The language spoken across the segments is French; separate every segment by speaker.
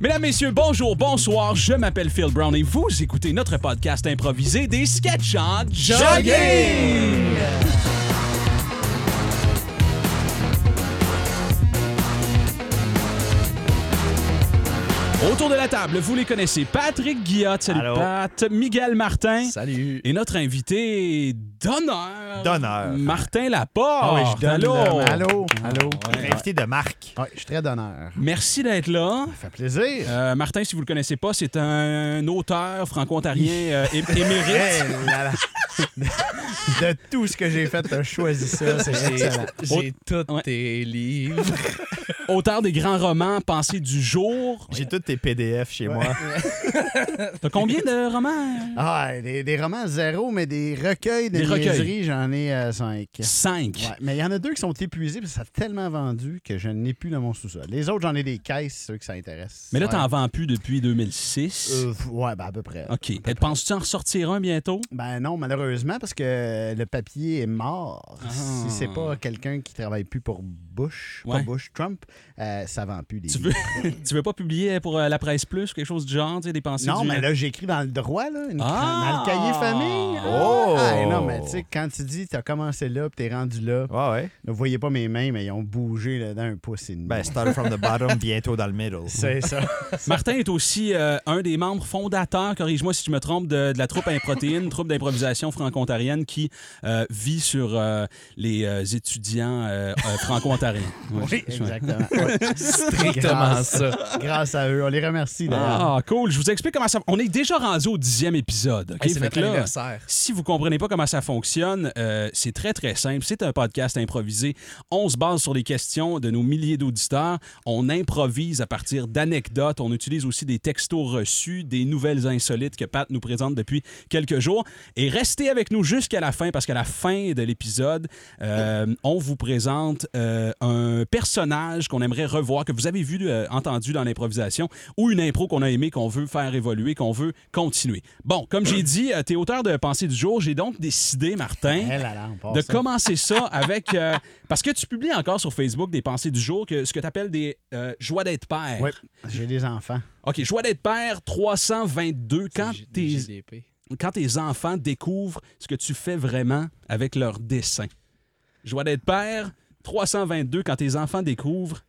Speaker 1: Mesdames, Messieurs, bonjour, bonsoir, je m'appelle Phil Brown et vous écoutez notre podcast improvisé des sketchs en jogging! Autour de la table, vous les connaissez, Patrick Guillotte, salut
Speaker 2: Allô.
Speaker 1: Pat, Miguel Martin
Speaker 3: Salut.
Speaker 1: et notre invité d'honneur,
Speaker 2: D'honneur.
Speaker 1: Martin Laporte.
Speaker 2: Ah oui, je donne
Speaker 1: Allô.
Speaker 2: vraiment.
Speaker 3: Allô? Allô?
Speaker 1: Ah, Ouais.
Speaker 2: Invité de marque.
Speaker 3: Ouais, je suis très d'honneur.
Speaker 1: Merci d'être là.
Speaker 3: Ça fait plaisir.
Speaker 1: Euh, Martin, si vous le connaissez pas, c'est un auteur franco-ontarien euh, é- émérite.
Speaker 2: Hey, là, là.
Speaker 3: De tout ce que j'ai fait, t'as choisi ça. C'est excellent.
Speaker 1: J'ai
Speaker 4: tous
Speaker 1: Ouais.
Speaker 4: tes livres.
Speaker 1: auteur des grands romans Pensées du jour.
Speaker 2: J'ai tous tes PDF chez moi.
Speaker 1: T'as combien de romans?
Speaker 3: Ah, des, des romans zéro, mais des recueils de
Speaker 1: Des recueils.
Speaker 3: niaiseries, j'en ai euh, cinq.
Speaker 1: Cinq.
Speaker 3: Ouais, mais il y en a deux qui sont épuisés parce que ça a tellement vendu que je n'ai plus dans mon sous-sol. Les autres, j'en ai des caisses, ceux que ça intéresse.
Speaker 1: Mais là,
Speaker 3: Ouais.
Speaker 1: t'en vends plus depuis 2006.
Speaker 3: Euh, ouais, ben à peu près.
Speaker 1: OK. Et Penses-tu en ressortir un bientôt?
Speaker 3: Ben non, malheureusement, parce que le papier est mort.
Speaker 1: Ah.
Speaker 3: Si c'est pas quelqu'un qui travaille plus pour Bush, pas
Speaker 1: Ouais.
Speaker 3: Bush, Trump, euh, ça vend plus des
Speaker 1: Tu veux, tu veux pas publier pour euh, la presse plus ou quelque chose du genre, tu sais, des pensées
Speaker 3: Non,
Speaker 1: du-
Speaker 3: mais là, j'écris dans le droit, là, une-
Speaker 1: Ah!
Speaker 3: dans le cahier famille.
Speaker 2: Oh!
Speaker 3: Ah, hey, non, mais tu sais, quand tu dis, t'as commencé là, puis t'es rendu là,
Speaker 2: Ouais,
Speaker 1: Ah,
Speaker 2: ouais.
Speaker 3: ne voyez pas mes mains, mais ils ont bougé là, d'un pouce et demi.
Speaker 2: Ben, start from the bottom, bientôt dans le middle.
Speaker 3: c'est ça.
Speaker 1: Martin est aussi euh, un des membres fondateurs, corrige-moi si je me trompe, de, de la troupe Improtéine, troupe d'improvisation franco-ontarienne qui euh, vit sur euh, les euh, étudiants euh, euh, franco-ontariens. Ouais.
Speaker 3: Oui,
Speaker 1: Ouais.
Speaker 3: exactement. Ouais.
Speaker 4: Strictement
Speaker 3: Grâce-
Speaker 4: ça.
Speaker 3: Grâce à eux. On les remercie, d'ailleurs.
Speaker 1: Ah, cool. Je vous explique comment ça... On est déjà rendu au dixième épisode. OK?
Speaker 4: Hey, c'est
Speaker 1: Fait que
Speaker 4: notre
Speaker 1: là,
Speaker 4: anniversaire.
Speaker 1: Si vous comprenez pas comment ça fonctionne, euh, c'est très, très simple. C'est un podcast improvisé. On se base sur les questions de nos milliers d'auditeurs. On improvise à partir d'anecdotes. On utilise aussi des textos reçus, des nouvelles insolites que Pat nous présente depuis quelques jours. Et restez avec nous jusqu'à la fin, parce qu'à la fin de l'épisode, euh, on vous présente euh, un personnage qu'on aimerait revoir, que vous avez vu, euh, entendu dans l'improvisation, ou une impro qu'on a aimée, qu'on veut faire évoluer, qu'on veut continuer. Bon, comme j'ai dit, euh, t'es auteur de Pensée du jour. J'ai donc décidé, Martin,
Speaker 3: Elle, elle, on passe
Speaker 1: de
Speaker 3: ça.
Speaker 1: commencer ça avec... euh, parce que tu publies encore sur Facebook des Pensées du jour, que, ce que t'appelles des euh, joies d'être père.
Speaker 3: Oui, j'ai des enfants.
Speaker 1: OK, joie d'être père 322. Quand
Speaker 4: G-
Speaker 1: tes
Speaker 4: GDP.
Speaker 1: quand tes enfants découvrent ce que tu fais vraiment avec leur dessin. Joie d'être père, 322, quand tes enfants découvrent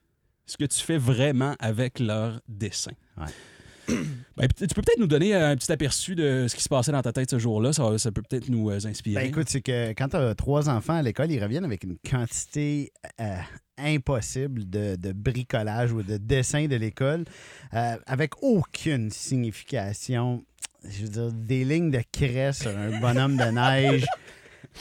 Speaker 1: ce que tu fais vraiment avec leur dessin.
Speaker 3: Ouais.
Speaker 1: Ben, peut- tu peux peut-être nous donner euh, un petit aperçu de ce qui se passait dans ta tête ce jour-là. Ça, va- ça peut peut-être nous euh, inspirer.
Speaker 3: Ben, écoute, c'est que quand tu as trois enfants à l'école, ils reviennent avec une quantité euh, impossible de, de bricolage ou de dessin de l'école, euh, avec aucune signification. Je veux dire, des lignes de craie sur un bonhomme de neige.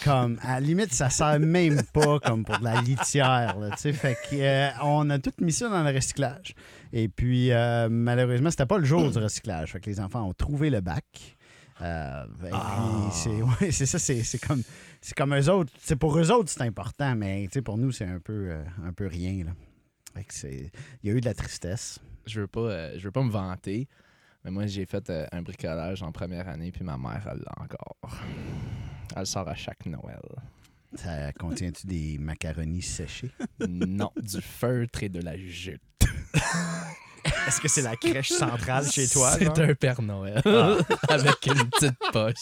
Speaker 3: Comme, à la limite, ça sert même pas comme pour de la litière. là, tu sais. fait que, euh, on a tout mis ça dans le recyclage. Et puis, euh, malheureusement, c'était pas le jour du recyclage. Fait que les enfants ont trouvé le bac. Euh, ben, puis c'est ouais, c'est ça, c'est c'est comme, c'est comme eux autres. C'est pour eux autres, c'est important, mais tu sais, pour nous, c'est un peu, euh, un peu rien. Là. Fait que c'est- Il y a eu de la tristesse.
Speaker 4: Je veux pas, euh, je veux pas me vanter, mais moi j'ai fait euh, un bricolage en première année, puis ma mère elle l'a encore. Elle le sort à chaque Noël.
Speaker 3: Ça contient-tu des macaronis séchés?
Speaker 4: Non, du feutre et de la jute.
Speaker 2: Est-ce que c'est la crèche centrale chez toi?
Speaker 4: C'est
Speaker 2: genre?
Speaker 4: un Père Noël avec une petite poche.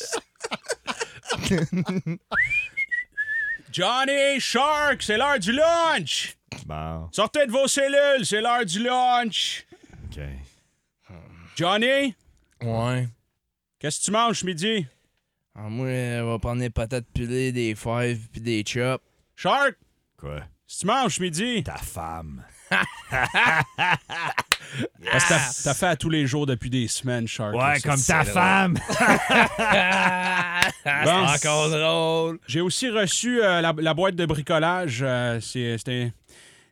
Speaker 1: Johnny Shark, c'est l'heure du lunch!
Speaker 2: Bon,
Speaker 1: Sortez de vos cellules, c'est l'heure du lunch!
Speaker 2: OK.
Speaker 1: Johnny,
Speaker 4: Ouais.
Speaker 1: qu'est-ce que tu manges midi?
Speaker 4: Ah, moi, on va prendre des patates pilées, des fèves, puis des chops.
Speaker 1: Shark,
Speaker 2: Quoi?
Speaker 1: si tu manges midi?
Speaker 2: Ta femme.
Speaker 1: Parce que t'as- t'as fait à tous les jours depuis des semaines, Shark. là,
Speaker 2: Ouais,
Speaker 1: ça.
Speaker 2: comme ta femme.
Speaker 1: Bon.
Speaker 4: Ah, Encore drôle.
Speaker 1: J'ai aussi reçu euh, la, la boîte de bricolage. euh, c'est- C'était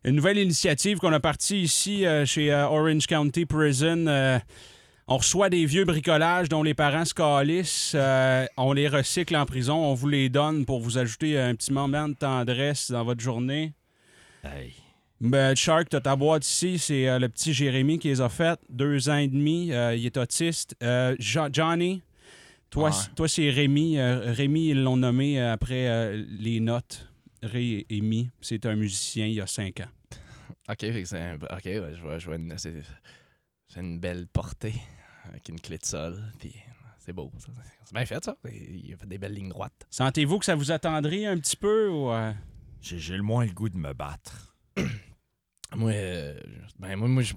Speaker 1: une nouvelle initiative qu'on a partie ici euh, chez euh, Orange County Prison. Euh, on reçoit des vieux bricolages dont les parents se calissent. euh, on les recycle en prison. On vous les donne pour vous ajouter un petit moment de tendresse dans votre journée.
Speaker 2: Hey.
Speaker 1: Ben, Shark, t'as ta boîte ici. C'est euh, le petit Jérémy qui les a faites. Deux ans et demi. euh, il est autiste. Euh, Jo- Johnny, toi,
Speaker 4: Ouais.
Speaker 1: c- toi c'est Rémi. Euh, Rémi, ils l'ont nommé euh, après euh, les notes. Rémi, c'est un musicien il y a cinq ans.
Speaker 4: Ok, fait que c'est un- Ok, ouais, je vois, je vois une- c'est- J'ai une belle portée avec une clé de sol, puis c'est beau. ça. C'est bien fait, ça. Il a fait des belles lignes droites.
Speaker 1: Sentez-vous que ça vous attendrait un petit peu ou. euh,
Speaker 5: J'ai j'ai le moins le goût de me battre.
Speaker 4: Moi, euh, ben moi, moi je-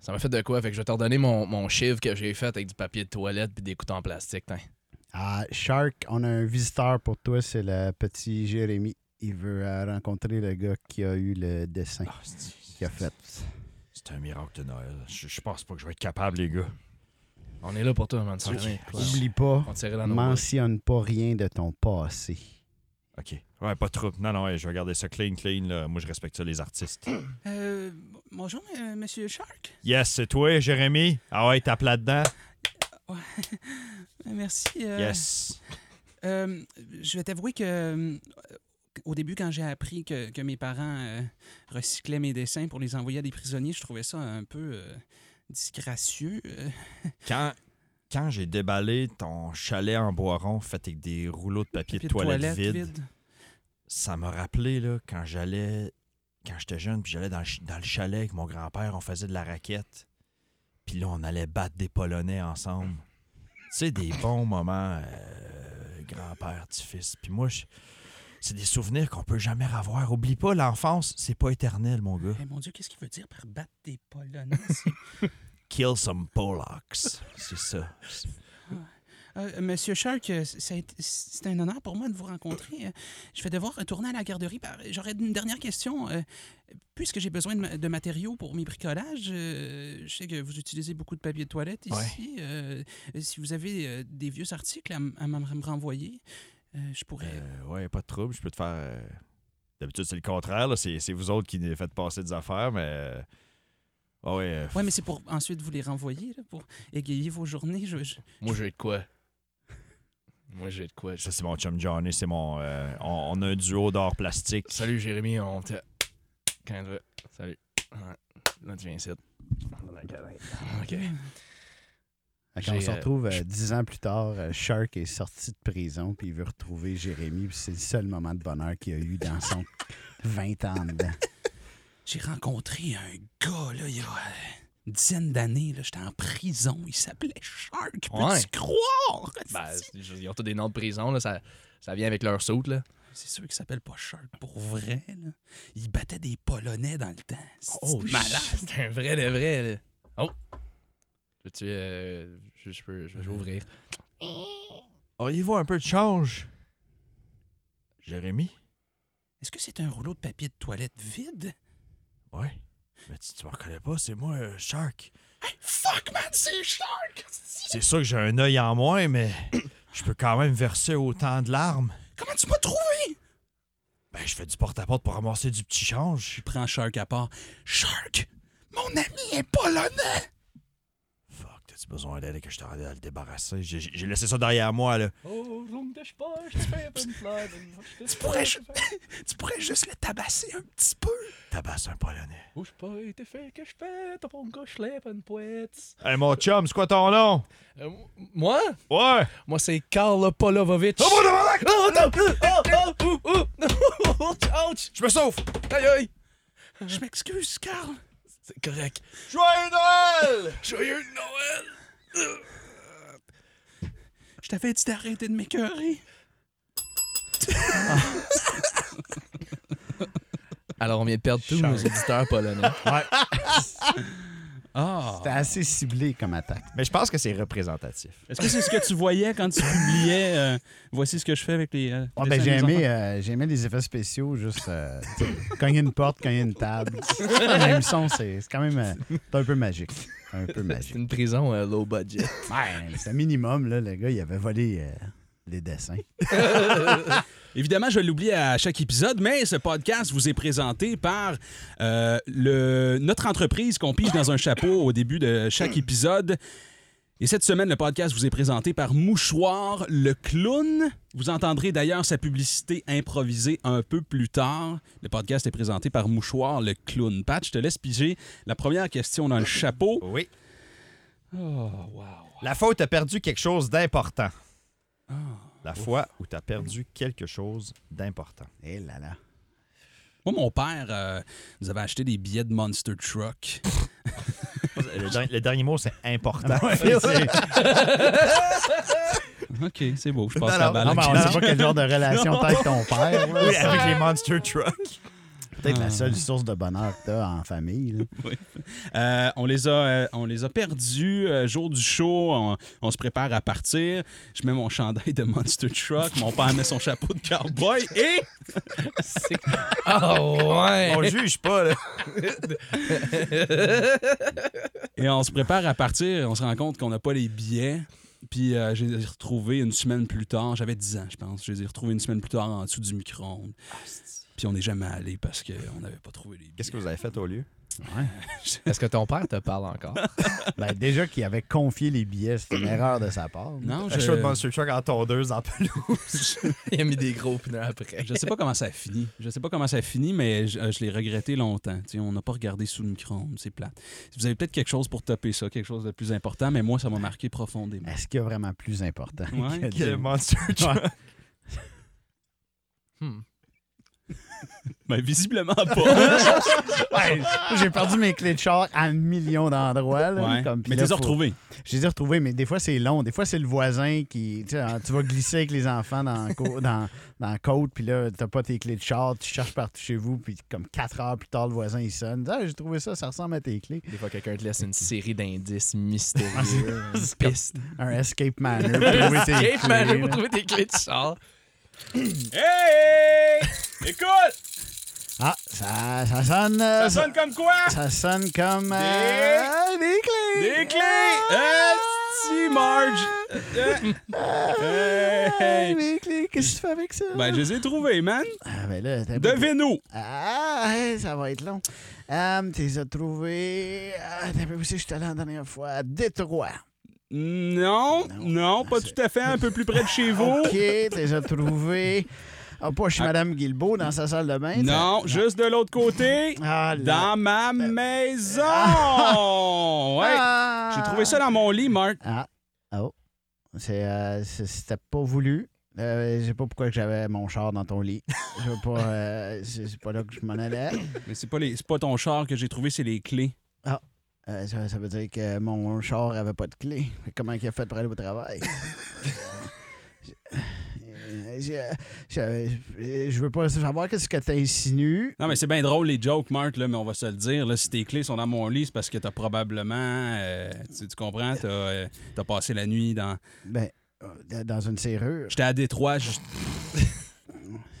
Speaker 4: ça m'a fait de quoi? Fait que je vais te redonner mon, mon chiffre que j'ai fait avec du papier de toilette puis des couteaux en plastique. tiens.
Speaker 3: Ah, Shark, on a un visiteur pour toi, c'est le petit Jérémy. Il veut euh, rencontrer le gars qui a eu le dessin
Speaker 5: Ah, c'est-
Speaker 3: qu'il a fait.
Speaker 5: C'est un miracle de Noël. Je, je pense pas que je vais être capable, les gars.
Speaker 4: On est là pour toi, man.
Speaker 5: Ok.
Speaker 4: Jamais.
Speaker 3: Oublie pas,
Speaker 4: On tirait dans nos boîtes.
Speaker 3: mentionne pas rien de ton passé.
Speaker 5: OK. Ouais, pas de trouble. Non, non, ouais, je vais garder ça clean, clean. Là. Moi, je respecte ça, les artistes.
Speaker 1: Euh, bonjour, euh, Monsieur Shark.
Speaker 5: Yes, c'est toi, Jérémy. Ah ouais, tapes là-dedans.
Speaker 1: Euh, Merci. euh,
Speaker 5: Yes.
Speaker 1: euh, je vais t'avouer que euh, au début, quand j'ai appris que, que mes parents euh, recyclaient mes dessins pour les envoyer à des prisonniers, je trouvais ça un peu euh, disgracieux. Euh,
Speaker 5: Quand, quand j'ai déballé ton chalet en bois rond fait avec des rouleaux de papier,
Speaker 1: papier
Speaker 5: de toilette, vide,
Speaker 1: vide.
Speaker 5: ça m'a rappelé là, quand j'allais quand j'étais jeune, puis j'allais dans, le ch- dans le chalet avec mon grand-père, on faisait de la raquette. Puis là, on allait battre des Polonais ensemble. Tu sais, des bons moments, euh, grand-père, petit-fils. Puis moi, je- c'est des souvenirs qu'on peut jamais revoir. Oublie pas, l'enfance, c'est pas éternel, mon gars.
Speaker 1: Eh, mon Dieu, qu'est-ce qu'il veut dire par battre des Polonais? c'est-
Speaker 5: Kill some Polacks. C'est ça.
Speaker 1: Euh, Monsieur Shark, euh, ça a été- c'est un honneur pour moi de vous rencontrer. Euh, Je vais devoir retourner à la garderie. par- J'aurais une dernière question. Euh, Puisque j'ai besoin de, ma- de matériaux pour mes bricolages, euh, je sais que vous utilisez beaucoup de papier de toilette ici. Euh, si vous avez euh, des vieux articles à, m- à m- me renvoyer, euh, je pourrais...
Speaker 5: Euh, ouais, pas de trouble, je peux te faire. euh, D'habitude, c'est le contraire, là, c'est c'est vous autres qui faites passer des affaires, mais. euh, ah ouais, euh,
Speaker 1: Oui, mais c'est pour ensuite vous les renvoyer, là, pour égayer vos journées. Je- je-
Speaker 4: Moi, j'ai de quoi? Moi, j'ai de quoi? Je-
Speaker 5: ça, c'est mon chum Johnny, c'est mon. euh, on, on a un duo d'or plastique.
Speaker 4: Salut, Jérémy. On te... Quand tu veux. Salut. Ouais. Là, tu viens ici. Ah, OK.
Speaker 3: Fait qu'on
Speaker 4: J'ai,
Speaker 3: se
Speaker 4: euh,
Speaker 3: retrouve euh,
Speaker 4: je-
Speaker 3: dix ans plus tard, euh, Shark est sorti de prison, puis il veut retrouver Jérémy, puis c'est le seul moment de bonheur qu'il a eu dans son 20 ans dedans.
Speaker 4: Ah.
Speaker 1: J'ai rencontré un gars, là, il y a euh, une dizaine d'années. là, J'étais en prison. Il s'appelait Shark. Peux-tu
Speaker 4: Ouais.
Speaker 1: croire?
Speaker 4: Ben, je- ils ont tous des noms de prison, là. Ça, ça vient avec leur soute, là.
Speaker 1: C'est sûr qu'il s'appelle pas Shark pour vrai. Là. Il battait des Polonais dans le temps. C'est
Speaker 4: Oh,
Speaker 1: malade.
Speaker 4: C'est un vrai de vrai, là. Oh! Peux-tu... euh, je, je peux... Je vais ouvrir.
Speaker 5: Auriez-vous un peu de change? Jérémy?
Speaker 1: Est-ce que c'est un rouleau de papier de toilette vide?
Speaker 5: Ouais. Mais tu, tu me reconnais pas, c'est moi, euh, Shark.
Speaker 1: Fuck, man, c'est Shark!
Speaker 5: C'est sûr que j'ai un œil en moins, mais je peux quand même verser autant de larmes.
Speaker 1: Comment tu m'as trouvé?
Speaker 5: Ben, je fais du porte-à-porte pour ramasser du petit change.
Speaker 1: Prends Shark à part. Shark! Mon ami est polonais!
Speaker 5: Fuck, t'as-tu besoin d'aide que je t'en aide à le débarrasser? J'ai- J'ai j'ai laissé ça derrière moi, là.
Speaker 4: Oh, je me cache pas, je fais une fleur.
Speaker 1: Tu pourrais, ju- tu pourrais juste le tabasser un petit peu.
Speaker 5: Tabasse un polonais.
Speaker 4: Bouge Oh, pas, il te fait que je pète, t'as pas me gochelet, pas une poète.
Speaker 5: Hey, mon chum, c'est quoi ton nom?
Speaker 4: moi?
Speaker 5: Ouais!
Speaker 4: Moi, c'est Karl Polovovic.
Speaker 5: Oh, bon, tabarnak!
Speaker 4: Oh, non! Oh, oh, oh, oh! Ouch!
Speaker 5: Je me sauve!
Speaker 4: Aïe, aïe!
Speaker 1: Je m'excuse, Carl.
Speaker 4: C'est correct.
Speaker 5: Joyeux Noël!
Speaker 4: Joyeux Noël!
Speaker 1: Je t'avais dit d'arrêter de m'écœurer.
Speaker 4: Alors, on vient de perdre tous
Speaker 3: Charles.
Speaker 4: nos éditeurs polonais.
Speaker 1: Ah!
Speaker 3: C'était assez ciblé comme attaque.
Speaker 5: Mais je pense que c'est représentatif.
Speaker 1: Est-ce que c'est ce que tu voyais quand tu publiais euh, Voici ce que je fais avec les. euh,
Speaker 3: Ouais, ben,
Speaker 1: dessins
Speaker 3: j'ai
Speaker 1: des enfants?
Speaker 3: aimé, euh, j'ai aimé les effets spéciaux, juste euh, tu sais, cogner une porte, cogner une table. Le même son, c'est c'est quand même euh, c'est un peu magique. Un peu
Speaker 4: C'est
Speaker 3: magique.
Speaker 4: une prison euh, low budget.
Speaker 3: Ouais, c'est un minimum, là, le gars, il avait volé euh, les dessins.
Speaker 1: Évidemment, je l'oublie à chaque épisode, mais ce podcast vous est présenté par euh, le, notre entreprise qu'on pige dans un chapeau au début de chaque épisode. Et cette semaine, le podcast vous est présenté par Mouchoir le clown. Vous entendrez d'ailleurs sa publicité improvisée un peu plus tard. Le podcast est présenté par Mouchoir le clown. Pat, je te laisse piger la première question dans le chapeau.
Speaker 5: Oui.
Speaker 1: Oh, wow.
Speaker 5: La fois où t'as perdu quelque chose d'important. Ah. La fois où t'as perdu quelque chose d'important.
Speaker 3: Eh là là.
Speaker 1: Moi, mon père euh, nous avait acheté des billets de Monster Truck.
Speaker 5: Ça, le, der- le dernier mot, c'est important.
Speaker 1: OK, c'est beau. Je
Speaker 5: Non,
Speaker 1: passe
Speaker 5: non,
Speaker 1: la balle.
Speaker 5: non, mais
Speaker 1: à
Speaker 5: on
Speaker 3: Je
Speaker 1: Kevin.
Speaker 3: sais pas quel genre de relation t'as avec ton père. là.
Speaker 5: Oui, avec les Monster Trucks.
Speaker 3: C'est peut-être la seule source de bonheur que t'as en famille. là.
Speaker 1: Euh, on, les a, euh, on les a perdus. euh, jour du show, on, on se prépare à partir. Je mets mon chandail de Monster Truck. Mon père met son chapeau de cowboy et
Speaker 4: C'est- Oh, ouais!
Speaker 5: On le juge pas, là.
Speaker 1: Et on se prépare à partir, on se rend compte qu'on n'a pas les billets. Puis euh, je les ai retrouvés une semaine plus tard. J'avais 10 ans, je pense. Je les ai retrouvés une semaine plus tard en dessous du micro-ondes. Puis on n'est jamais allé parce qu'on n'avait pas trouvé les billets.
Speaker 5: Ah, Qu'est-ce que vous avez fait au lieu?
Speaker 4: Est-ce que ton père te parle encore?
Speaker 3: Ben, déjà qu'il avait confié les billets, c'est une erreur de sa part.
Speaker 1: Mm. Non,
Speaker 5: Un show de
Speaker 1: je...
Speaker 5: Monster Truck en tondeuse en pelouse.
Speaker 4: Il a mis des gros pneus après.
Speaker 1: je sais pas comment ça a fini. Je sais pas comment ça a fini, mais je, euh, je l'ai regretté longtemps. Tu sais, on n'a pas regardé sous le micro-ondes, c'est plate. Vous avez peut-être quelque chose pour topper ça, quelque chose de plus important, mais moi, ça m'a marqué profondément.
Speaker 3: Est-ce qu'il y a vraiment plus important
Speaker 1: Ouais,
Speaker 3: que
Speaker 1: que
Speaker 3: de-
Speaker 5: Le Monster Truck.
Speaker 4: Hmm.
Speaker 1: Mais visiblement pas.
Speaker 3: Ouais, J'ai perdu mes clés de char à un million d'endroits. là,
Speaker 1: Ouais.
Speaker 3: comme- puis
Speaker 1: Mais tu
Speaker 3: là,
Speaker 1: les as
Speaker 3: faut-
Speaker 1: retrouvés.
Speaker 3: Je les ai retrouvés, mais des fois, c'est long. Des fois, c'est le voisin qui. Tu, sais, hein, tu vas glisser avec les enfants dans, la cô- dans, dans la côte, puis là, t'as pas tes clés de char, tu cherches partout chez vous, puis comme quatre heures plus tard, le voisin, il sonne. Ah, j'ai trouvé ça, ça ressemble à tes clés.
Speaker 4: Des fois, quelqu'un te laisse une série d'indices mystérieux, une
Speaker 3: comme-
Speaker 4: piste.
Speaker 3: Un escape manner pour trouver tes
Speaker 4: Escape
Speaker 3: clés,
Speaker 4: manner
Speaker 3: là.
Speaker 4: pour trouver tes clés de char.
Speaker 1: Hey! Écoute!
Speaker 3: Ah, ça, ça sonne. euh, Ça,
Speaker 1: comme quoi?
Speaker 3: ça sonne comme. euh, des clés! Ah!
Speaker 1: Des clés! Esti, Marge! Euh, euh,
Speaker 3: Ah,
Speaker 1: hey.
Speaker 3: des clés, qu'est-ce que tu fais avec ça?
Speaker 1: Ben, je les ai trouvés, man!
Speaker 3: Ah, ben là, t'as-
Speaker 1: Devine-nous!
Speaker 3: Ah, hey, ça va être long. Euh, tu les as trouvés. Ah, t'as vu aussi, je suis allé la dernière fois à Détroit.
Speaker 1: Non, non, pas tout à fait, un peu plus près de chez vous.
Speaker 3: OK, tu les as trouvés. Ah, pas chez Mme Guilbeault dans sa salle de bain.
Speaker 1: Non, juste de l'autre côté,
Speaker 3: Ah, là.
Speaker 1: dans ma maison! Ouais!
Speaker 3: Ah.
Speaker 1: J'ai trouvé ça dans mon lit, Marc.
Speaker 3: Ah, oh. C'est, euh, c'est- C'était pas voulu. Euh, je sais pas pourquoi que j'avais mon char dans ton lit. Je sais pas, euh, c'est c'est pas là que je m'en allais.
Speaker 1: Mais c'est pas, les- c'est pas ton char que j'ai trouvé, c'est les clés.
Speaker 3: Euh, ça, ça veut dire que mon char avait pas de clé. Fait que Comment il a fait pour aller au travail? je, je- je- je veux pas savoir qu'est-ce que t'insinues.
Speaker 1: Non, mais c'est bien drôle, les jokes, Marc, là, mais on va se le dire. Là, si tes clés sont dans mon lit, c'est parce que t'as probablement. euh, tu, tu comprends? T'as euh, t'as passé la nuit dans.
Speaker 3: Ben, euh, dans une serrure.
Speaker 1: J'étais à Détroit. je-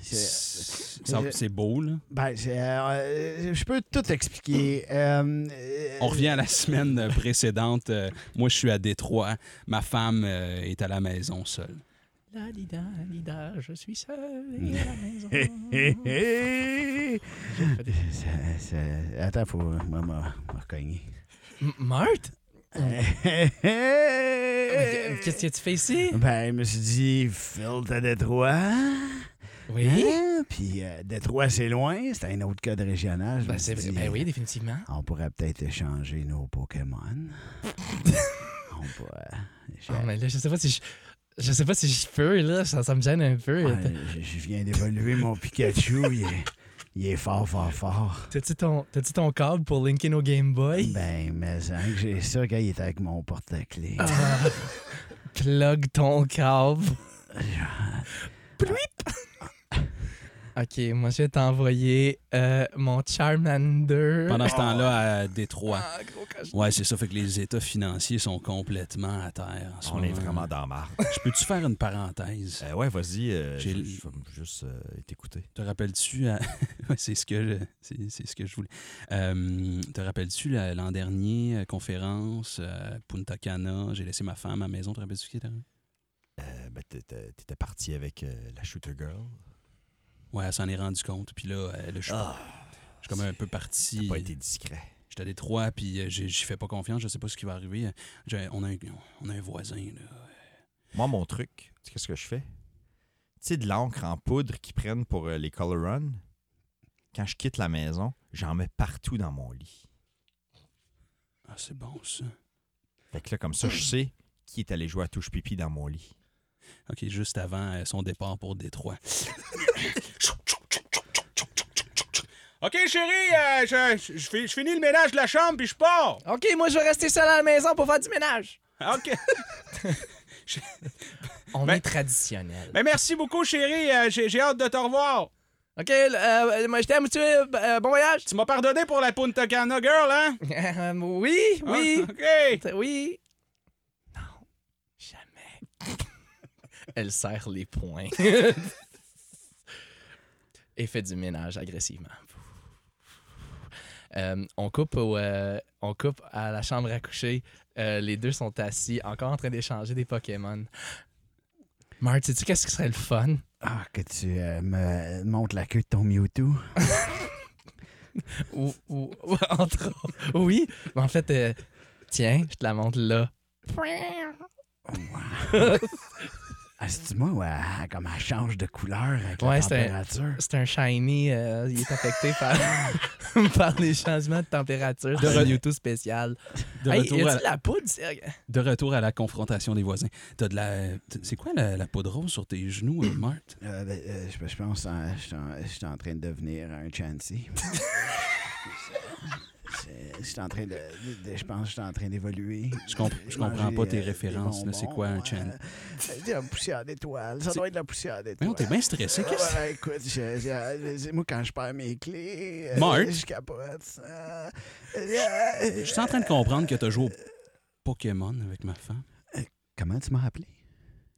Speaker 3: C'est-
Speaker 1: ça- C'est beau, là.
Speaker 3: Ben, c'est, euh, je peux tout expliquer. Euh, euh,
Speaker 1: On revient à la semaine précédente. Euh, moi, je suis à Détroit. Ma femme euh, est à la maison seule.
Speaker 4: La lida, lida, je suis seul et à la maison.
Speaker 3: Hé, hé. C'est- c'est- Attends, faut. Moi, moi, moi, cogner.
Speaker 4: M- Marthe?
Speaker 3: Hé, hé.
Speaker 4: Mais Euh, Qu'est-ce que tu fais ici?
Speaker 3: Ben, je me suis dit, Phil, t'as Détroit.
Speaker 4: Hein? Oui?
Speaker 3: Hein? Puis euh, Détroit, c'est loin. C'est un autre code régional. Je
Speaker 4: Ben,
Speaker 3: me
Speaker 4: c'est
Speaker 3: suis
Speaker 4: vrai.
Speaker 3: dit,
Speaker 4: Ben oui, définitivement.
Speaker 3: On pourrait peut-être échanger nos Pokémon. on pourrait. Je,
Speaker 4: Ah, mais là, je sais pas si je... Je sais pas si je peux, là. Ça, ça me gêne un peu.
Speaker 3: Ouais, je- je viens d'évoluer mon Pikachu. Il est, il est fort, fort, fort.
Speaker 4: T'as-tu ton, t'as-tu ton câble pour linker nos Game Boy?
Speaker 3: Ben, mais c'est vrai que j'ai ça quand il était avec mon porte-clés.
Speaker 4: Ah. Plug ton câble. ok, moi je vais t'envoyer euh, mon Charmander.
Speaker 1: Pendant ce temps-là, à Détroit.
Speaker 4: Ah, gros cochon.
Speaker 1: Ouais, c'est ça. Fait que les états financiers sont complètement à terre. en ce
Speaker 5: On est
Speaker 1: moment.
Speaker 5: vraiment dans marre.
Speaker 1: Je peux-tu faire une parenthèse?
Speaker 5: Euh, ouais, vas-y. euh,
Speaker 1: J'ai-
Speaker 5: je, je vais juste euh, t'écouter.
Speaker 1: Te rappelles-tu, à- ouais, c'est ce que je- c'est, c'est ce que je voulais. Euh, te rappelles-tu la- l'an dernier euh, conférence euh, Punta Cana, j'ai laissé ma femme à la maison. Te rappelles-tu ce qui est arrivé?
Speaker 5: Euh, ben, t'étais t'étais parti avec euh, la Shooter Girl.
Speaker 1: Ouais, elle s'en est rendue compte. Puis là, euh, là, je suis je suis comme un peu parti.
Speaker 5: Ah, T'as pas été discret.
Speaker 1: J'étais à Détroit, puis euh, j'ai- j'y fais pas confiance. Je sais pas ce qui va arriver. Euh, j'ai- on, a un, on a un voisin, là.
Speaker 5: Moi, mon truc, tu sais qu'est-ce que je fais? Tu sais, de l'encre en poudre qu'ils prennent pour euh, les Color Run, quand je quitte la maison, j'en mets partout dans mon lit.
Speaker 1: Ah, c'est bon, ça.
Speaker 5: Fait que là, comme ça, je sais qui est allé jouer à touche pipi dans mon lit.
Speaker 1: OK, juste avant euh, son départ pour Détroit. OK, chérie, euh, je, je- je fais- je finis le ménage de la chambre puis je pars.
Speaker 4: OK, moi, je vais rester seul à la maison pour faire du ménage.
Speaker 1: OK.
Speaker 4: On
Speaker 1: Ben-
Speaker 4: est traditionnel.
Speaker 1: Mais merci beaucoup, chérie. euh, J'ai j'ai hâte de te revoir.
Speaker 4: OK, euh, moi, je t'aime, tu veux, euh, bon voyage.
Speaker 1: Tu m'as pardonné pour la Punta Cana Girl, hein?
Speaker 4: Euh, oui, oui.
Speaker 1: Hein? OK.
Speaker 4: T- Oui. Non, jamais. Elle serre les poings. Et fait du ménage agressivement. Euh, on, coupe au, euh, on coupe à la chambre à coucher. Euh, les deux sont assis, encore en train d'échanger des Pokémon. Mart, sais-tu qu'est-ce qui serait le fun?
Speaker 3: Ah, que tu euh, me montes la queue de ton Mewtwo.
Speaker 4: Ou, ou- ou- entre autres. Oui, mais en fait, euh, tiens, je te la montre là.
Speaker 3: Ah, C'est-tu moi ou elle- comme elle change de couleur avec
Speaker 4: Ouais,
Speaker 3: la
Speaker 4: c'est un-
Speaker 3: température?
Speaker 4: C'est un shiny, euh, il est affecté par, par les changements de température
Speaker 1: De
Speaker 4: de
Speaker 1: re-
Speaker 4: Mewtwo spécial.
Speaker 1: De
Speaker 4: Hey,
Speaker 1: retour,
Speaker 4: y
Speaker 1: à
Speaker 4: a
Speaker 1: la,
Speaker 4: la poudre? sérieux?
Speaker 1: de retour à la confrontation des voisins. T'as de la. t- C'est quoi la, la peau de rose sur tes genoux, euh, Marthe?
Speaker 3: Euh, ben, euh, je, je pense euh, je suis en- je suis en train de devenir un Chansey. Je- Je suis en train de, de- de- Je pense que je suis en train d'évoluer. euh,
Speaker 1: Je, comp- je comprends pas tes références. là. C'est quoi un chan?
Speaker 3: C'est la poussière d'étoile. Ça
Speaker 1: C'est-
Speaker 3: doit être de la poussière d'étoile.
Speaker 1: Mais on t'es bien stressé.
Speaker 3: Ouais,
Speaker 1: Qu'est-ce
Speaker 3: ouais, écoute, je- je- je- moi, quand je perds mes clés, euh,
Speaker 1: Marc?
Speaker 3: je capote. ça. Euh,
Speaker 1: Je suis en train de comprendre que t'as joué au Pokémon avec ma femme.
Speaker 3: Comment tu m'as appelé?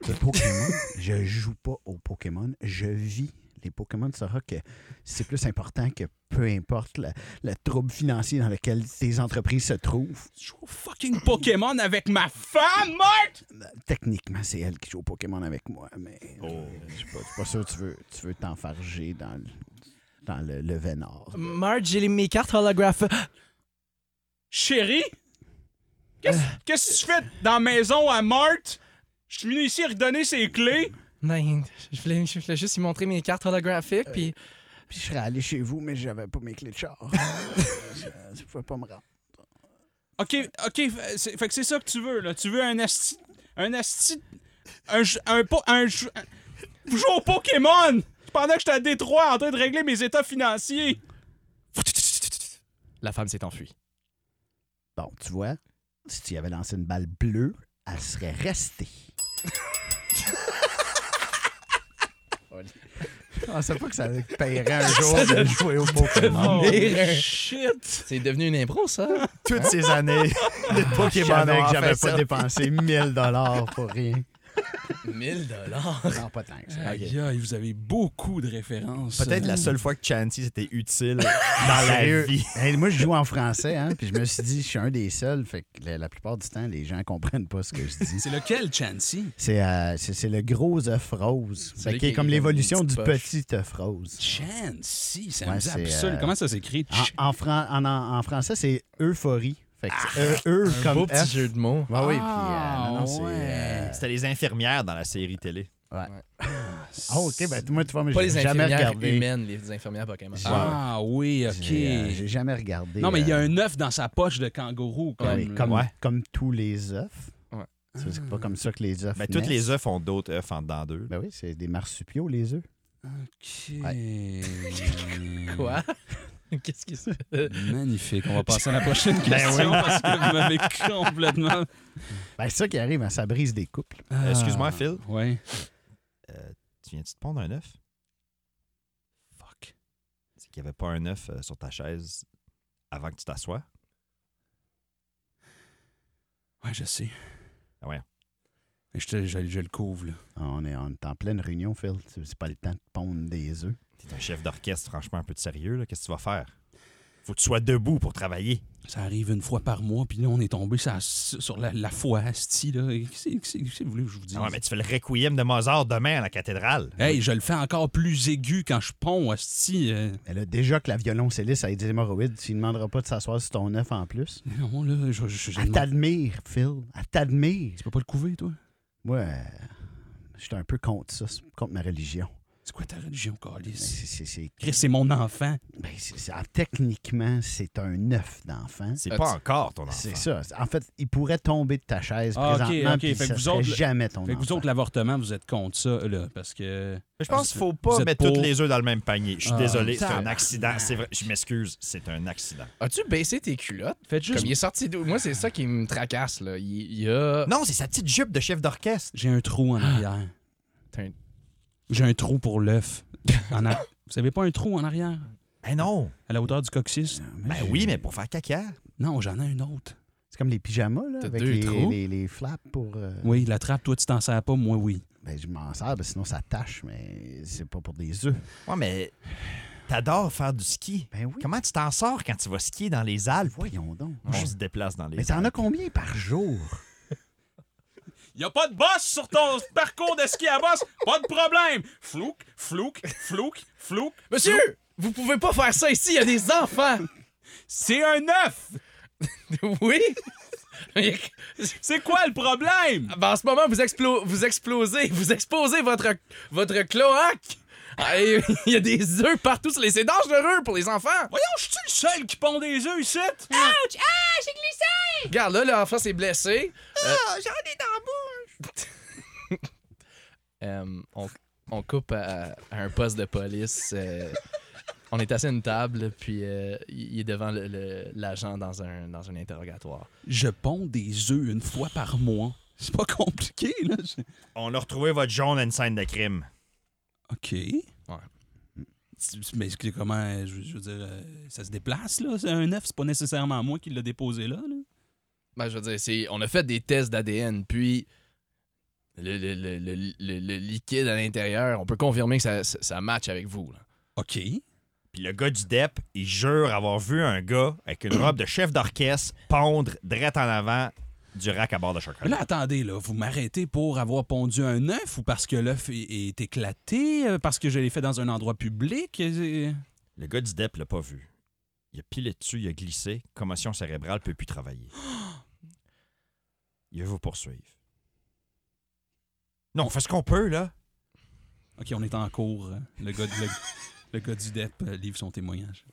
Speaker 3: Le Pokémon. je joue pas au Pokémon. Je vis les Pokémon. Tu sauras que c'est plus important que peu importe le, le trouble financier dans lequel tes entreprises se trouvent.
Speaker 1: Tu joues au fucking Pokémon avec ma femme, Marthe!
Speaker 3: Techniquement, c'est elle qui joue au Pokémon avec moi, mais euh, je suis pas, je suis pas sûr que tu veux tu veux t'enfarger dans le, dans le, le Vénard.
Speaker 4: Marge, j'ai les- mes cartes holographes.
Speaker 1: Chérie? Qu'est-ce qu'est-ce que tu fais dans la maison à Marthe? Je suis venu ici redonner ses clés.
Speaker 4: Ben, je voulais, je voulais juste lui montrer mes cartes holographiques, puis
Speaker 3: Puis je serais allé chez vous, mais j'avais pas mes clés de char. je, je pouvais pas me rendre.
Speaker 1: OK, OK, f- c'est- fait que c'est ça que tu veux, là. Tu veux un asti... Un asti... Un... j- Un... po- un, j- un- Vous jouez au Pokémon! Pendant que j'étais à Détroit en train de régler mes états financiers.
Speaker 4: la femme s'est enfuie.
Speaker 3: Bon, tu vois, si tu y avais lancé une balle bleue, elle serait restée. Je pensais Ah, pas que ça paierait un jour de jouer au Pokémon.
Speaker 1: shit!
Speaker 4: Oh, C'est devenu une impro, ça?
Speaker 2: Toutes ces années de
Speaker 3: Ah, Je
Speaker 2: Pokémon
Speaker 3: savais que
Speaker 2: Noir
Speaker 3: j'avais
Speaker 2: fait
Speaker 3: pas
Speaker 2: ça.
Speaker 3: dépensé 1000 dollars pour rien. Ah,
Speaker 4: 1000 dollars.
Speaker 3: Non, pas tant que ça.
Speaker 1: Aïe, aïe, vous avez beaucoup de références.
Speaker 2: Peut-être la seule fois que Chansey c'était utile dans la
Speaker 3: Sérieux.
Speaker 2: vie.
Speaker 3: Hey, moi, je joue en français, hein, puis je me suis dit, je suis un des seuls, fait que la, la plupart du temps, les gens comprennent pas ce que je dis.
Speaker 1: C'est lequel, Chansey?
Speaker 3: C'est euh, c'est- c'est le gros œuf rose,
Speaker 4: Celui
Speaker 3: fait qui
Speaker 4: qui
Speaker 3: est comme
Speaker 4: est
Speaker 3: l'évolution
Speaker 4: une
Speaker 3: du
Speaker 4: petite poche.
Speaker 3: petit œuf rose.
Speaker 1: Chansey, ça
Speaker 3: Ouais,
Speaker 1: me dit
Speaker 3: c'est,
Speaker 1: absolument-
Speaker 3: euh,
Speaker 1: Comment ça s'écrit?
Speaker 3: En,
Speaker 1: Ch-
Speaker 3: en fran- en- en- en français, c'est euphorie. Fait que c'est E, E
Speaker 4: Un
Speaker 3: comme
Speaker 4: beau petit
Speaker 3: F.
Speaker 4: jeu de mots.
Speaker 3: Ouais, oui, puis,
Speaker 1: Ah,
Speaker 3: euh, non, non, c'est,
Speaker 1: ouais.
Speaker 3: euh,
Speaker 2: C'était les infirmières dans la série télé.
Speaker 5: Ben,
Speaker 3: Ah, ok, ben moi, tu vois, mais
Speaker 4: Pas
Speaker 3: j'ai
Speaker 4: les
Speaker 3: jamais
Speaker 4: infirmières
Speaker 3: regardé.
Speaker 4: humaines, les infirmières Pokémon.
Speaker 3: Ouais.
Speaker 1: Ah oui,
Speaker 3: J'ai euh,
Speaker 1: OK.
Speaker 3: j'ai jamais regardé.
Speaker 1: Non, mais il y a
Speaker 3: euh,
Speaker 1: un œuf dans sa poche de kangourou. Comme,
Speaker 3: ouais, comme,
Speaker 2: Ouais.
Speaker 3: comme tous les œufs.
Speaker 4: Ouais.
Speaker 3: Ça, C'est
Speaker 1: Ah.
Speaker 3: pas comme ça que les œufs.
Speaker 5: Ben,
Speaker 2: Mais toutes
Speaker 3: naissent.
Speaker 2: les œufs ont d'autres œufs en dedans d'eux.
Speaker 3: Ben oui, c'est des marsupiaux, les œufs.
Speaker 1: Ah, OK.
Speaker 4: Ah, Quoi? Qu'est-ce que c'est?
Speaker 1: Magnifique. On va passer à la prochaine question parce que vous m'avez complètement.
Speaker 3: Ben, c'est ça qui arrive, hein, ça brise des couples.
Speaker 2: Euh, Excuse-moi, Phil.
Speaker 1: Ouais.
Speaker 2: Euh, tu viens-tu de pondre un œuf?
Speaker 1: Fuck.
Speaker 2: C'est qu'il n'y avait pas un œuf euh, sur ta chaise avant que tu t'assoies.
Speaker 1: Ouais, je sais.
Speaker 2: Ah ouais.
Speaker 1: Mais Je, te- je- je le couvre, là.
Speaker 3: Ah, On est, on est en pleine réunion, Phil. C'est c'est pas le temps de pondre des œufs.
Speaker 2: T'es un chef d'orchestre, franchement, un peu de sérieux. là. Qu'est-ce que tu vas faire? Faut que tu sois debout pour travailler.
Speaker 1: Ça arrive une fois par mois, puis là, on est tombé sur, la- sur la, la foi, asti, là. Et Qu'est-ce que- qu'est-ce que vous voulez que je vous dise?
Speaker 2: Ah ouais, mais tu fais le requiem de Mozart demain à la cathédrale.
Speaker 1: Hey, je le fais encore plus aigu quand je ponds, asti. euh.
Speaker 3: Mais là, déjà que la violoncelliste a des hémorroïdes, tu ne demanderas pas de s'asseoir sur ton œuf en plus.
Speaker 1: Non, là, je... je, je
Speaker 3: Elle
Speaker 1: demande-
Speaker 3: t'admire, Phil. Elle t'admire.
Speaker 1: Tu peux pas le couver, toi?
Speaker 3: Moi, euh, je suis un peu contre ça, c'est contre ma religion.
Speaker 1: C'est quoi ta religion, Calis?
Speaker 3: C'est- c'est- c'est-
Speaker 1: Chris, c'est mon enfant.
Speaker 3: ben, c'est- c'est- ah, techniquement, c'est un œuf d'enfant.
Speaker 2: C'est
Speaker 4: Ah,
Speaker 2: pas
Speaker 4: tu-
Speaker 2: encore ton enfant.
Speaker 3: C'est ça. En fait, il pourrait tomber de ta chaise
Speaker 1: Ah, ok,
Speaker 3: présentement,
Speaker 1: ok.
Speaker 3: puis
Speaker 1: Fait que
Speaker 3: ça
Speaker 1: vous
Speaker 3: serait
Speaker 1: autres, le-
Speaker 3: jamais ton
Speaker 1: Fait que vous
Speaker 3: enfant.
Speaker 1: autres, l'avortement, vous êtes contre ça, là, parce que...
Speaker 2: Mais je pense qu'il faut
Speaker 1: Vous
Speaker 2: pas
Speaker 1: êtes
Speaker 2: mettre
Speaker 1: pour-
Speaker 2: tous les œufs dans le même panier. Je suis
Speaker 1: Ah,
Speaker 2: désolé, c'est
Speaker 3: ça-
Speaker 2: un accident. C'est vrai, je m'excuse, c'est un accident.
Speaker 4: As-tu baissé tes culottes?
Speaker 1: Faites juste...
Speaker 4: Comme il est sorti d'où? Moi, c'est ça qui me tracasse, là. Il, il a.
Speaker 2: Non, c'est sa petite jupe de chef d'orchestre.
Speaker 1: J'ai un trou en arrière.
Speaker 4: T'as un-
Speaker 1: J'ai un trou pour l'œuf. En a- Vous avez pas un trou en arrière?
Speaker 2: Ben non.
Speaker 1: À la hauteur du coccyx?
Speaker 2: Ben oui, mais pour faire caca.
Speaker 1: Non, j'en ai un autre.
Speaker 3: C'est comme les pyjamas, là,
Speaker 4: T'as
Speaker 3: avec
Speaker 4: deux
Speaker 3: les,
Speaker 4: trous.
Speaker 3: les- les flaps pour... euh,
Speaker 1: Oui, la trappe, toi, tu t'en sers pas, moi, oui.
Speaker 3: Ben, je m'en sers, ben, sinon ça tâche, mais c'est pas pour des œufs.
Speaker 2: Ouais, mais t'adores faire du ski.
Speaker 3: Ben oui,
Speaker 2: Comment tu t'en sors quand tu vas skier dans les Alpes?
Speaker 3: voyons donc.
Speaker 2: On se déplace dans les
Speaker 3: Mais t'en as
Speaker 2: Alpes.
Speaker 3: combien par jour?
Speaker 1: Y a pas de boss sur ton parcours de ski à boss, pas de problème. Flouk, flouk, flouk, flouk.
Speaker 4: Monsieur! Vous pouvez pas faire ça ici, il y a des enfants!
Speaker 1: C'est un œuf.
Speaker 4: oui?
Speaker 1: C'est quoi le problème
Speaker 4: Ben, en ce moment, vous, explo- vous explosez, vous exposez votre, votre cloaque! Ah, et- Il y a des œufs partout, sur les- c'est dangereux pour les enfants!
Speaker 1: Voyons, je suis le seul qui pond des œufs ici.
Speaker 4: Regarde, là, l'enfant s'est blessé. Ah, j'en ai dans la bouche! Euh, on, on coupe à, à un poste de police. euh, on est assis à une table, puis euh, il est devant le- le- l'agent dans un, dans un interrogatoire.
Speaker 1: Je ponds des œufs une fois par mois. C'est pas compliqué là. c'est-
Speaker 2: On a retrouvé votre jaune à une scène de crime.
Speaker 1: Ok. Tu- Mais c'est comment, je, je veux dire, euh, ça se déplace là. C'est un œuf, c'est pas nécessairement moi qui l'a déposé là. là.
Speaker 4: Ben, je veux dire, c'est- on a fait des tests d'ADN, puis le, le- le- le- le- le liquide à l'intérieur, on peut confirmer que ça, ça- ça match avec vous. là.
Speaker 1: Ok.
Speaker 2: Puis le gars du DEP, il jure avoir vu un gars avec une robe de chef d'orchestre pondre direct en avant du rack à bord de
Speaker 1: Mais
Speaker 2: chocolat.
Speaker 1: là, attendez, là, vous m'arrêtez pour avoir pondu un œuf ou parce que l'œuf est, est éclaté, euh, parce que je l'ai fait dans un endroit public. euh,
Speaker 2: Le gars du DEP l'a pas vu. Il a pilé dessus, il a glissé, commotion cérébrale, peut plus travailler. Il veut vous poursuivre. Non, on fait ce qu'on peut, là.
Speaker 1: OK, on est en cours. hein. Le gars, le, le gars du DEP euh, livre son témoignage.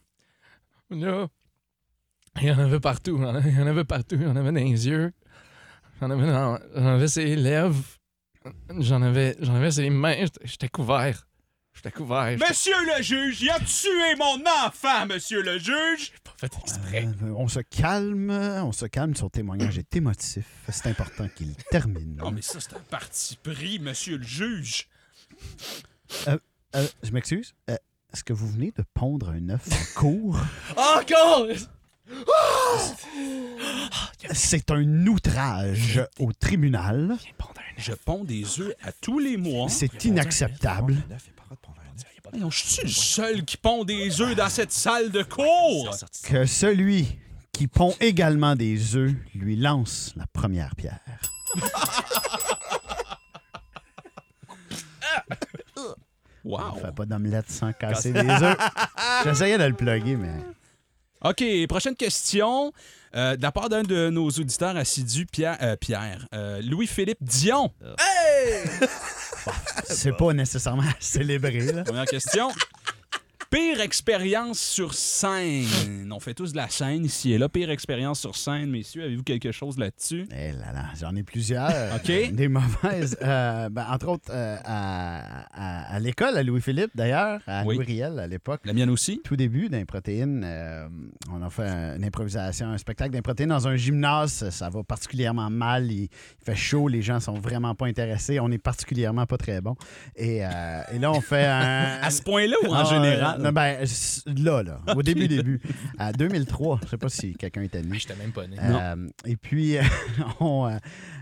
Speaker 4: Là, il y en avait partout. hein. Il y en avait partout. Il y en avait dans les yeux. J'en avais, dans, j'en avais sur les lèvres. J'en avais, j'en avais sur les mains. J'étais- J'étais couvert. J'étais couvert. J'étais
Speaker 1: Monsieur le juge, il a tué mon enfant, monsieur le juge!
Speaker 4: pas fait exprès.
Speaker 3: Euh, on se calme, on se calme, son témoignage est émotif. C'est important qu'il termine.
Speaker 1: Non, mais ça, c'est un parti pris, monsieur le juge!
Speaker 3: Euh, je m'excuse, euh, est-ce que vous venez de pondre un œuf en cours?
Speaker 4: Encore!
Speaker 3: C'est un outrage au tribunal.
Speaker 1: Je ponds des œufs à tous les mois.
Speaker 3: C'est inacceptable.
Speaker 1: Voyons, Je suis le seul qui pond des œufs dans cette salle de cours!
Speaker 3: Que celui qui pond également des œufs lui lance la première pierre. On
Speaker 1: Wow!
Speaker 3: fait pas d'omelette sans casser des œufs. J'essayais de le plugger, mais.
Speaker 1: OK, prochaine question. euh, de la part d'un de nos auditeurs assidus, Pierre, euh, Pierre, euh, Louis-Philippe Dion.
Speaker 3: C'est pas nécessairement à célébrer, là.
Speaker 1: Première question. Pire expérience sur scène. On fait tous de la scène ici et là. Pire expérience sur scène, messieurs. Avez-vous quelque chose là-dessus?
Speaker 3: Eh là là, j'en ai plusieurs.
Speaker 1: OK.
Speaker 3: Des mauvaises. Euh, ben, entre autres, euh, à, à- à l'école, à Louis-Philippe, d'ailleurs, à
Speaker 1: Oui.
Speaker 3: Louis-Riel, à l'époque.
Speaker 1: La mienne aussi?
Speaker 3: Tout début d'Improtéines, euh, on a fait un- une improvisation, un spectacle d'Improtéines dans un gymnase. Ça- Ça va particulièrement mal. Il, il fait chaud, les gens sont vraiment pas intéressés. On est particulièrement pas très bon. Et, euh, et là, on fait un.
Speaker 1: À ce point-là ou en
Speaker 3: Ah,
Speaker 1: général?
Speaker 3: euh, non, ben, s- là, là, au début, début. À 2003, je sais pas si quelqu'un était né.
Speaker 4: J'étais même pas né.
Speaker 3: Euh, et puis, euh, on, euh,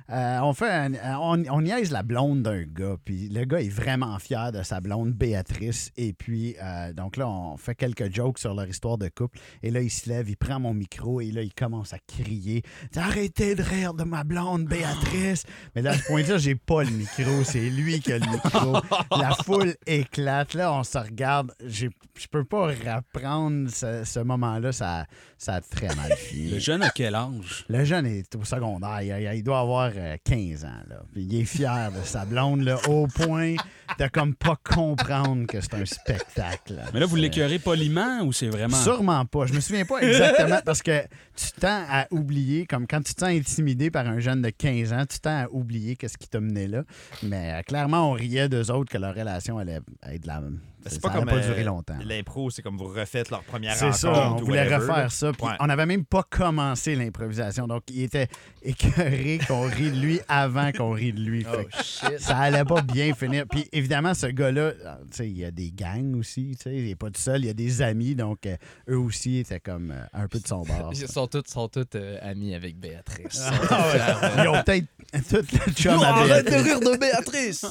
Speaker 3: euh, on fait un- euh, on, on niaise la blonde d'un gars. Puis le gars est vraiment fier de sa blonde, Béatrice. Et puis, euh, donc là, on fait quelques jokes sur leur histoire de couple. Et là, il se lève, il prend mon micro et là, il commence à crier Arrêtez de rire de ma blonde, Béatrice. Mais là, à ce point-là, j'ai pas le micro. C'est lui qui a le micro. La foule éclate. Là, on se regarde. J'ai- Je peux pas reprendre ce, ce moment-là. Ça, ça a très mal fini.
Speaker 1: Le jeune à quel âge?
Speaker 3: Le jeune est au secondaire. Il, il doit avoir euh, 15 ans. Là. Puis il est fier de sa blonde là, au point de comme pas comprendre que c'est un spectacle. là.
Speaker 1: Mais là, vous
Speaker 3: C'est-
Speaker 1: l'écœurez poliment ou c'est vraiment.
Speaker 3: Sûrement pas. Je me souviens pas exactement parce que tu tends à oublier, comme quand tu te sens intimidé par un jeune de 15 ans, tu tends à oublier qu'est-ce qui t'a mené là. Mais euh, clairement, on riait d'eux autres que leur relation allait être la même.
Speaker 2: Ben, C'est
Speaker 3: ça
Speaker 2: pas
Speaker 3: allait
Speaker 2: comme
Speaker 3: pas
Speaker 2: euh,
Speaker 3: durer longtemps.
Speaker 2: L'impro, c'est comme vous refaites leur première
Speaker 3: C'est
Speaker 2: rencontre.
Speaker 3: ça, on
Speaker 2: ou
Speaker 3: voulait
Speaker 2: whatever, là.
Speaker 3: refaire ça. puis
Speaker 2: Ouais.
Speaker 3: On n'avait même pas commencé l'improvisation. Donc, il était écœuré qu'on rit de lui avant qu'on rit de lui.
Speaker 2: Oh,
Speaker 3: Fait que Ça allait pas bien finir. Puis évidemment, ce gars-là, euh, tu sais, il y a des gangs aussi. tu sais, Il n'est pas tout seul. Il y a des amis. Donc, euh, eux aussi étaient comme euh, un peu de son bord. Ah,
Speaker 4: Ils sont tous, sont tous, euh, amis avec Béatrice.
Speaker 2: Ah,
Speaker 3: Ils ont peut-être tout le chum à Béatrice.
Speaker 4: rire de Béatrice!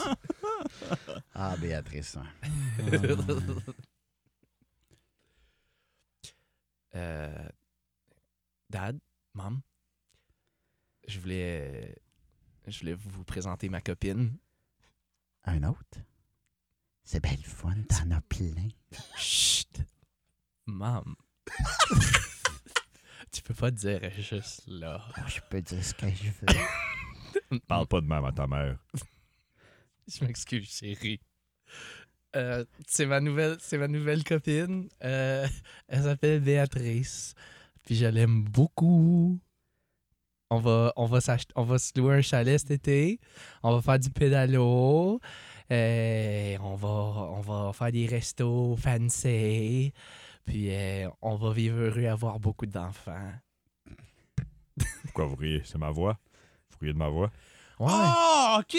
Speaker 3: Ah, Béatrice. hein.
Speaker 4: Euh, Dad, Mom, je voulais, je voulais vous présenter ma copine.
Speaker 3: Un autre? C'est belle fun. T'en as plein.
Speaker 4: Chut! Mom. tu peux pas dire juste là.
Speaker 3: Oh, je peux dire ce que je veux.
Speaker 2: Parle pas de même à ta mère.
Speaker 4: Je m'excuse, chérie. Euh, c'est ma nouvelle, c'est ma nouvelle copine. Euh, elle s'appelle Béatrice. Puis je l'aime beaucoup. On va, on va s'acheter, on va se louer un chalet cet été. On va faire du pédalo. Euh, on va, on va faire des restos fancy. Puis euh, on va vivre heureux, avoir beaucoup d'enfants.
Speaker 2: Pourquoi vous riez? C'est ma voix. Vous riez de ma voix.
Speaker 4: Ouais.
Speaker 1: Ah, OK!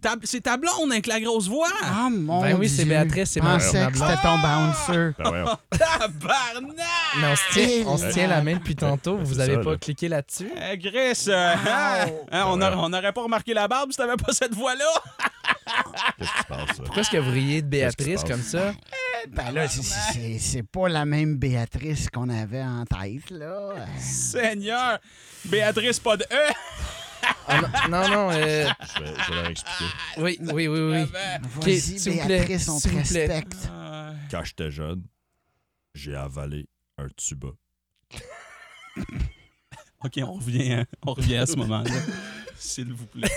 Speaker 1: Ta- C'est ta blonde avec la grosse voix!
Speaker 3: Ah, mon
Speaker 4: ben oui, c'est
Speaker 3: Dieu.
Speaker 4: Béatrice, c'est
Speaker 3: Je
Speaker 4: ma,
Speaker 3: pensais
Speaker 4: ma
Speaker 3: que
Speaker 4: blonde.
Speaker 3: c'était ton bouncer.
Speaker 2: Ben ouais,
Speaker 1: Tabarnak!
Speaker 4: Mais on se tient, on se
Speaker 3: Ah.
Speaker 4: tient la main depuis tantôt.
Speaker 2: Ben,
Speaker 4: Vous
Speaker 2: c'est
Speaker 4: avez
Speaker 2: ça,
Speaker 4: pas
Speaker 2: là.
Speaker 4: cliqué là-dessus?
Speaker 1: Eh, Chris, euh, hein? Hein, on a- on n'aurait pas remarqué la barbe si t'avais pas cette voix-là!
Speaker 2: qu'est-ce qui se passe? ça?
Speaker 4: Pourquoi est-ce que vous riez de
Speaker 2: Qu'est-ce qui se
Speaker 4: Béatrice
Speaker 2: passe?
Speaker 4: comme ça?
Speaker 3: Ben là, c'est- c'est c'est pas la même Béatrice qu'on avait en tête, là.
Speaker 1: Seigneur! Béatrice, pas de E!
Speaker 4: Ah non, non, non, euh,
Speaker 2: Je vais, je vais leur expliquer.
Speaker 4: oui, oui, oui, oui.
Speaker 3: Vas-y,
Speaker 4: s'il vous plaît,
Speaker 3: Béatrice, on te
Speaker 4: s'il vous plaît.
Speaker 3: respecte.
Speaker 1: Euh,
Speaker 2: Quand j'étais jeune, j'ai avalé un tuba.
Speaker 1: OK, on revient, hein, on revient à ce moment-là. S'il vous plaît.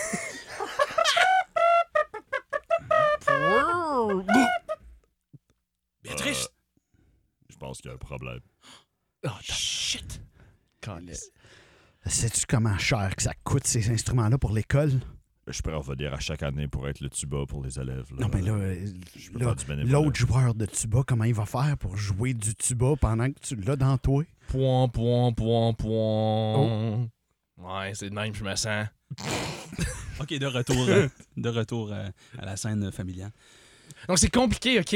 Speaker 1: Béatrice!
Speaker 2: Je pense qu'il y a un problème.
Speaker 4: Oh, shit!
Speaker 3: Sais-tu comment cher que ça coûte, ces instruments-là, pour l'école?
Speaker 2: Je pourrais revenir à chaque année pour être le tuba pour les élèves. là.
Speaker 3: Non, mais là, euh,
Speaker 2: Je peux
Speaker 3: là,
Speaker 2: faire du bénévolat.
Speaker 3: l'autre joueur de tuba, comment il va faire pour jouer du tuba pendant que tu l'as dans toi?
Speaker 4: Point, point, point, point. Ouais, c'est de même, je me sens.
Speaker 1: OK, de retour, euh, de retour euh, à la scène familiale.
Speaker 4: Donc, c'est compliqué, OK?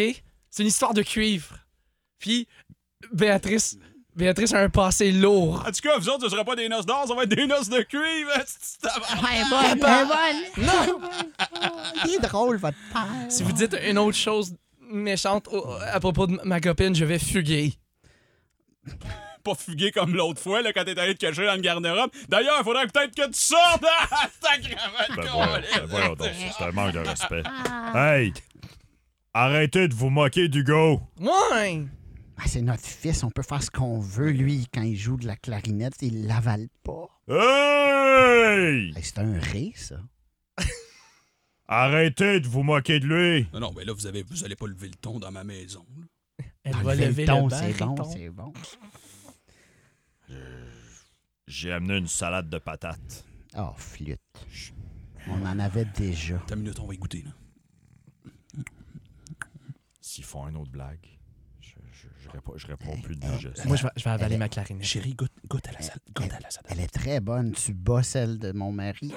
Speaker 4: C'est une histoire de cuivre. Puis, Béatrice, Béatrice a un passé lourd.
Speaker 1: En tout cas, vous autres, ce sera pas des noces d'or, ça va être des noces de cuivre! C'est- c'est-
Speaker 3: Ah,
Speaker 4: Eh,
Speaker 3: bah! Il est drôle, votre père.
Speaker 4: Si vous dites une autre chose méchante au- à propos de ma copine, je vais fuguer.
Speaker 1: Pas fugué comme l'autre fois, là, quand t'es allé te cacher dans le garde-robe. D'ailleurs, il faudrait peut-être que tu sortes! Ah, sacrément de
Speaker 2: Ben
Speaker 1: con,
Speaker 2: voyons,
Speaker 1: là.
Speaker 2: ben voyons donc, ça, c'est un manque de respect. Hey! Arrêtez de vous moquer du go!
Speaker 4: Ouais!
Speaker 3: Ah, c'est notre fils, on peut faire ce qu'on veut. Lui, quand il joue de la clarinette, il l'avale pas.
Speaker 2: Hey!
Speaker 3: Hey, c'est un ré, ça.
Speaker 2: Arrêtez de vous moquer de lui!
Speaker 1: Non, non, mais là, vous avez, vous allez pas lever le ton dans ma maison. là.
Speaker 4: Elle
Speaker 3: Enlever
Speaker 4: va lever
Speaker 3: Ah, le ton,
Speaker 4: le
Speaker 3: c'est bon,
Speaker 4: baryton.
Speaker 3: c'est bon.
Speaker 2: J'ai amené une salade de patates.
Speaker 3: Oh, flûte. On en avait déjà.
Speaker 1: T'as une minute, on va y goûter, là.
Speaker 2: S'ils font une autre blague, je, je, je répo- je réponds plus
Speaker 3: Ah.
Speaker 2: de geste.
Speaker 4: Moi, je vais, je vais
Speaker 3: Elle
Speaker 4: avaler
Speaker 3: est-
Speaker 4: ma clarinette.
Speaker 1: Chérie, goûte, goûte à la salade. Goûte à la salade.
Speaker 3: Elle est très bonne. Tu bats celle de mon mari.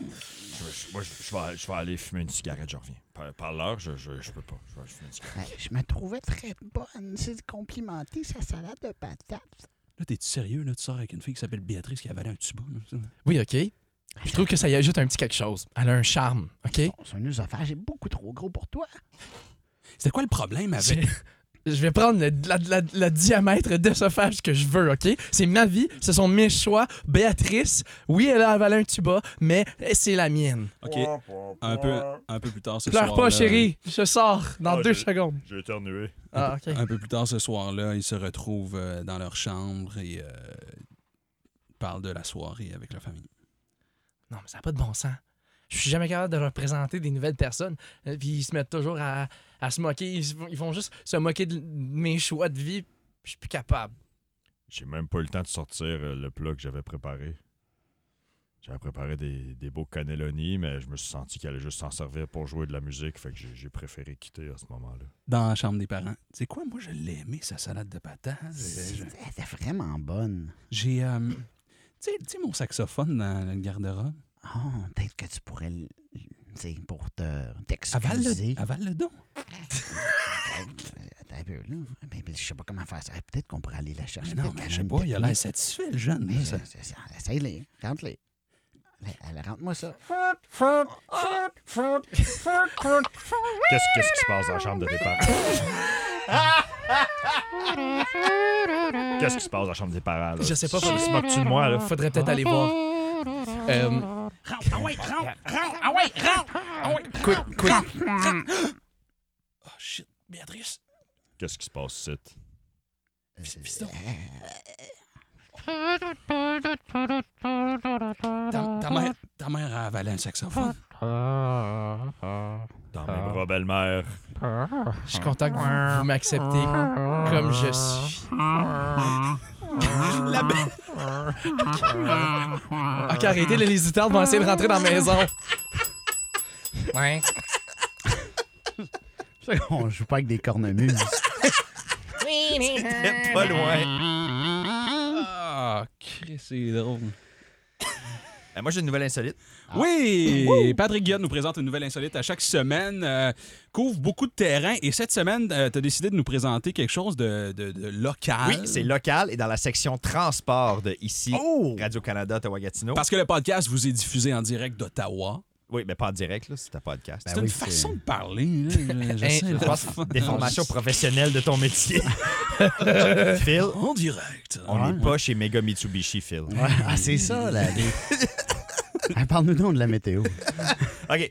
Speaker 2: Je- je- moi, je, je vais, je vais aller fumer une cigarette, je reviens. Par, par l'heure, je, je, je peux pas. Je vais aller fumer une cigarette.
Speaker 3: Ben, Je me trouvais très bonne. C'est complimenté, sa salade de patates.
Speaker 1: Là, t'es-tu sérieux, là? Tu sors avec une fille qui s'appelle Béatrice qui a avalé un tuba, là, ça?
Speaker 4: Oui, OK. Je trouve que ça y ajoute un petit quelque chose. Elle a un charme, OK?
Speaker 3: Bon, son œsophage est beaucoup trop gros pour toi.
Speaker 1: Euh, C'était quoi le problème avec.
Speaker 4: Je je vais prendre le, la, la- la diamètre d'œsophage que je veux, OK? C'est ma vie, ce sont mes choix. Béatrice, oui, elle a avalé un tuba, mais c'est la mienne.
Speaker 1: OK. Un peu, un peu plus tard ce
Speaker 4: Pleure
Speaker 1: soir.
Speaker 4: pas, chérie. Je sors dans
Speaker 2: Ah,
Speaker 4: deux
Speaker 2: je-
Speaker 4: secondes.
Speaker 2: J'ai éternué.
Speaker 4: Ah, OK.
Speaker 1: Un peu plus tard ce soir-là, ils se retrouvent euh, dans leur chambre et euh, parlent de la soirée avec la famille.
Speaker 4: Non, mais ça n'a pas de bon sens. Je suis jamais capable de leur présenter des nouvelles personnes. Euh, Puis ils se mettent toujours à, à se moquer. Ils, se- ils vont juste se moquer de, de mes choix de vie. Je suis plus capable.
Speaker 2: J'ai même pas eu le temps de sortir euh, le plat que j'avais préparé. J'avais préparé des, des beaux cannelloni, mais je me suis senti qu'il allait juste s'en servir pour jouer de la musique, fait que j'ai j'ai préféré quitter à ce moment-là.
Speaker 1: dans la chambre des parents. C'est quoi, moi, je l'ai aimé, sa salade de patates. Euh, je-
Speaker 3: C'était vraiment bonne.
Speaker 1: J'ai. euh, tu sais- tu sais, mon saxophone dans le garde-robe.
Speaker 3: Oh, peut-être que tu pourrais, le- c'est pour te
Speaker 1: Avale
Speaker 3: t'excuser.
Speaker 1: le, avale le don.
Speaker 3: Attends un peu, là. Ben, ben, je sais pas comment faire ça. Peut-être qu'on pourrait aller la chercher.
Speaker 1: Mais non,
Speaker 3: Peut-être
Speaker 1: mais
Speaker 3: qu'elle
Speaker 1: je
Speaker 3: a
Speaker 1: sais
Speaker 3: Ah, une
Speaker 1: pas, il a
Speaker 3: technique.
Speaker 1: l'air satisfait, le jeune. là,
Speaker 3: Mais,
Speaker 1: ça-
Speaker 3: euh, c'est- c'est- Essaye-les. Rentre-les. Allez, allez, Rentre-moi ça.
Speaker 2: Qu'est-ce qu'est-ce qui se passe dans la chambre de tes parents? Qu'est-ce qui se passe dans la chambre des parents? Là?
Speaker 4: Je sais pas.
Speaker 2: Tu se moques-tu de moi? Là?
Speaker 4: Faudrait peut-être aller voir. Euh,
Speaker 1: Oh shit, Béatrice.
Speaker 2: Qu'est-ce qui se passe ici?
Speaker 1: Fiston. Ta, ta mère, ta mère a avalé un saxophone.
Speaker 2: Dans mes bras, belle-mère.
Speaker 4: je suis content que vous, vous m'acceptez comme je suis.
Speaker 1: La belle.
Speaker 4: Ok, arrêtez, là, les étudiants vont essayer de rentrer dans la maison. Ouais.
Speaker 3: C'est ça qu'on joue pas avec des cornemuses.
Speaker 2: Pas loin.
Speaker 1: Ah, Christ, c'est drôle.
Speaker 5: Euh, moi, j'ai une nouvelle insolite.
Speaker 1: Ah. Oui, Patrick Guillaume nous présente une nouvelle insolite à chaque semaine, euh, couvre beaucoup de terrain et cette semaine, tu as décidé de nous présenter quelque chose de, de- de local.
Speaker 5: Oui, c'est local et dans la section transport de ici,
Speaker 3: Oh!
Speaker 5: Radio-Canada, Ottawa-Gatineau.
Speaker 1: Parce que le podcast vous est diffusé en direct d'Ottawa.
Speaker 5: Oui, mais pas en direct, là, Ben c'est un podcast.
Speaker 1: c'est une façon de parler. là, je- je
Speaker 4: Hey,
Speaker 1: sais,
Speaker 4: je
Speaker 1: là.
Speaker 5: pense que des formations professionnelles de ton métier. Phil,
Speaker 1: En direct.
Speaker 5: on n'est pas chez Mega Mitsubishi, Phil.
Speaker 3: Ouais, ah, c'est ça, là. les- Ah, Parle-nous donc de la météo.
Speaker 5: OK.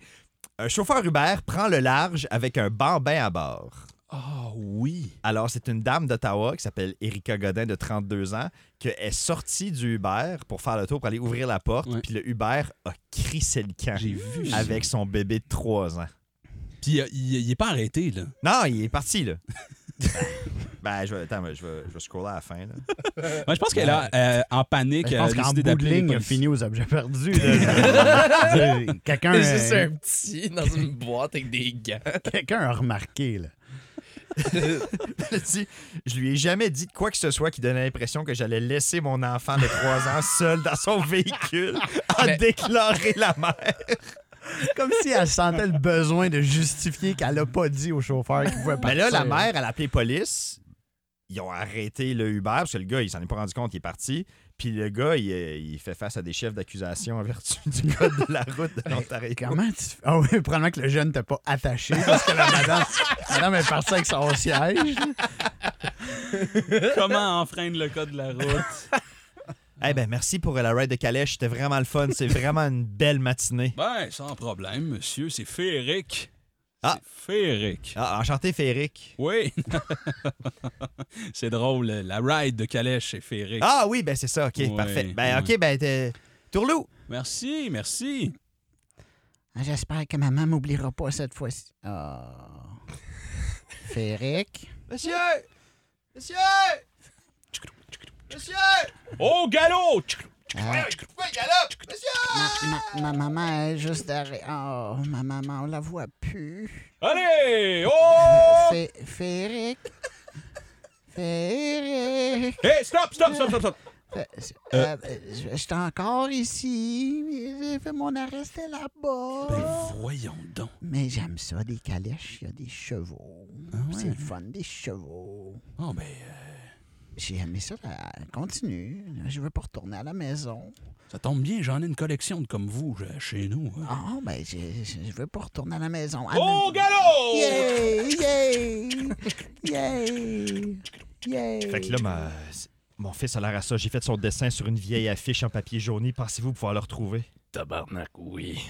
Speaker 5: Un chauffeur Uber prend le large avec un bambin à bord.
Speaker 1: Ah oui.
Speaker 5: Alors, c'est une dame d'Ottawa qui s'appelle Erika Godin, de 32 ans, qui est sortie du Uber pour faire le tour, pour aller ouvrir la porte.
Speaker 1: Ouais.
Speaker 5: Puis le Uber a crissé le camp
Speaker 1: J'ai vu. ça.
Speaker 5: avec son bébé de 3 ans.
Speaker 1: Puis euh, il il est pas arrêté, là.
Speaker 5: Non, il est parti, là. ben, je vais, attends, mais je vais, je vais scroller à la fin, là.
Speaker 1: Moi, je pense qu'elle a, euh, en panique,
Speaker 3: Je
Speaker 1: euh,
Speaker 3: pense qu'en
Speaker 1: décidé
Speaker 3: bout de
Speaker 1: d'appeler les
Speaker 3: ligne, il a
Speaker 1: policiers.
Speaker 3: fini aux objets perdus. là. Quelqu'un
Speaker 4: C'est juste
Speaker 3: euh,
Speaker 4: un petit dans une boîte avec des gants.
Speaker 3: quelqu'un a remarqué, là.
Speaker 5: Elle dit, je lui ai jamais dit de quoi que ce soit qui donnait l'impression que j'allais laisser mon enfant de 3 ans seul dans son véhicule à
Speaker 4: Mais-
Speaker 5: déclarer la mère.
Speaker 3: Comme si elle sentait le besoin de justifier qu'elle a pas dit au chauffeur qu'il pouvait partir.
Speaker 5: Mais Ben là, la mère, elle a appelé police. Ils ont arrêté le Uber parce que le gars, il s'en est pas rendu compte, il est parti. Puis le gars, il, euh, il fait face à des chefs d'accusation en vertu du code de la route de l'Ontario.
Speaker 3: Comment tu... Ah oui, probablement que le jeune t'a pas attaché parce que la madame, madame est partie avec son siège.
Speaker 1: Comment enfreindre le code de la route?
Speaker 5: Eh ben merci pour la ride de calèche, c'était vraiment le fun, c'est vraiment une belle matinée.
Speaker 1: ben, sans problème, monsieur. C'est féerique.
Speaker 5: Ah.
Speaker 1: C'est féerique.
Speaker 5: Ah, enchanté Féric.
Speaker 1: Oui. c'est drôle. euh, La ride de calèche est féerique.
Speaker 5: Ah oui, ben c'est ça, ok,
Speaker 1: Ouais,
Speaker 5: parfait. Ben
Speaker 1: ouais.
Speaker 5: ok, ben t'es- Tourlou.
Speaker 1: Merci, merci.
Speaker 3: Ah, J'espère que maman m'oubliera pas cette fois-ci. Ah. Féric.
Speaker 5: Monsieur! Monsieur! Monsieur!
Speaker 1: Au galop!
Speaker 3: Ah,
Speaker 5: Pourquoi il galope? Monsieur!
Speaker 3: ma, ma- ma maman est juste derrière. Oh, ma maman, on la voit plus.
Speaker 1: Allez! Oh!
Speaker 3: Fé- Féric. Féric.
Speaker 1: Hey, stop, stop, stop, stop, stop.
Speaker 3: Fé- euh, je je suis encore ici. J'ai fait mon arrêt, c'était là-bas.
Speaker 1: Ben, voyons donc.
Speaker 3: Mais j'aime ça, des calèches, il y a des chevaux. C'est le fun, des chevaux.
Speaker 1: Oh, ben,
Speaker 3: J'ai aimé ça, là. continue. Je veux pas retourner à la maison.
Speaker 1: ça tombe bien, j'en ai une collection de comme vous je- chez nous. hein.
Speaker 3: Ah, ben, je, je- je veux pas retourner à la maison.
Speaker 5: Ah,
Speaker 1: Au
Speaker 3: Amène-
Speaker 1: galop!
Speaker 3: Yay! Yay! Yay! Yay!
Speaker 5: Fait que là, ma- mon fils a l'air à ça. J'ai fait son dessin sur une vieille affiche en papier jauni. Pensez-vous pouvoir le retrouver?
Speaker 4: Tabarnak, oui.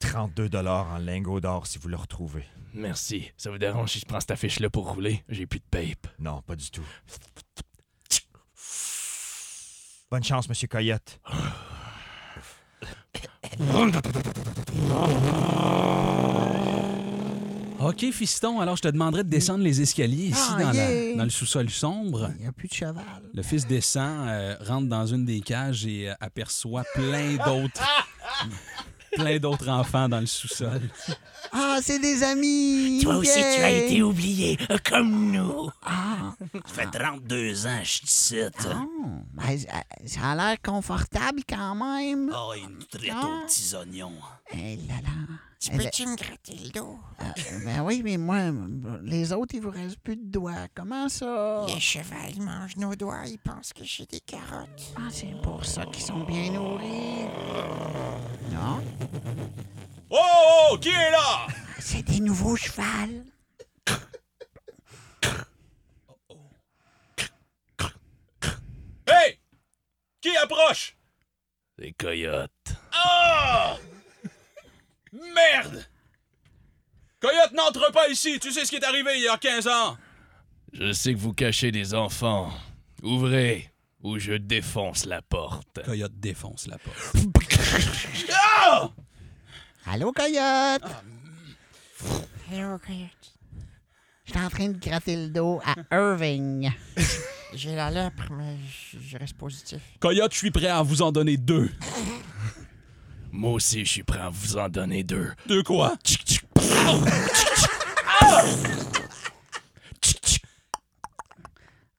Speaker 5: 32 en lingots d'or si vous le retrouvez.
Speaker 4: Merci. Ça vous dérange si je prends cette affiche-là pour rouler? J'ai plus de pape.
Speaker 5: Non, pas du tout. Bonne chance, Monsieur Coyote.
Speaker 1: Ah. OK, fiston, alors je te demanderai de descendre les escaliers ici
Speaker 3: Ah,
Speaker 1: dans, la-
Speaker 3: yeah.
Speaker 1: dans le sous-sol sombre.
Speaker 3: Il n'y a plus de cheval.
Speaker 1: Le fils descend, euh, rentre dans une des cages et euh, aperçoit plein d'autres plein d'autres enfants dans le sous-sol.
Speaker 3: Ah, c'est des amis!
Speaker 6: Toi aussi, tu as
Speaker 3: Yay!
Speaker 6: été oublié, euh, comme nous. Ça fait 32 ans, que je suis ici.
Speaker 3: Ah, ben, ça- ça a l'air confortable quand même. Ah.
Speaker 6: Oh, une traite aux petits oignons.
Speaker 3: Eh là là.
Speaker 6: Tu
Speaker 3: Elle-
Speaker 6: peux-tu me gratter le dos?
Speaker 3: Euh, ben oui, mais moi, m- les autres, il vous reste plus de doigts. Comment ça?
Speaker 6: Les chevaux, ils mangent nos doigts, ils pensent que j'ai des carottes.
Speaker 3: Ah, c'est pour ça qu'ils sont bien nourris. Non?
Speaker 2: Oh, oh, qui est là?
Speaker 3: C'est des nouveaux chevals.
Speaker 2: Hey! Qui approche?
Speaker 4: Des coyotes.
Speaker 2: Ah! Merde! Coyote n'entre pas ici! Tu sais ce qui est arrivé il y a 15 ans!
Speaker 4: Je sais que vous cachez des enfants. Ouvrez ou je défonce la porte.
Speaker 1: Coyote défonce la porte.
Speaker 3: Allô, coyote?
Speaker 6: Ah. Hello, coyote.
Speaker 3: Je suis en train de gratter le dos à Irving.
Speaker 6: J'ai la lèpre, mais je je reste positif.
Speaker 1: Coyote, je suis prêt à vous en donner deux.
Speaker 4: Moi aussi, je suis prêt à vous en donner deux.
Speaker 1: Deux quoi?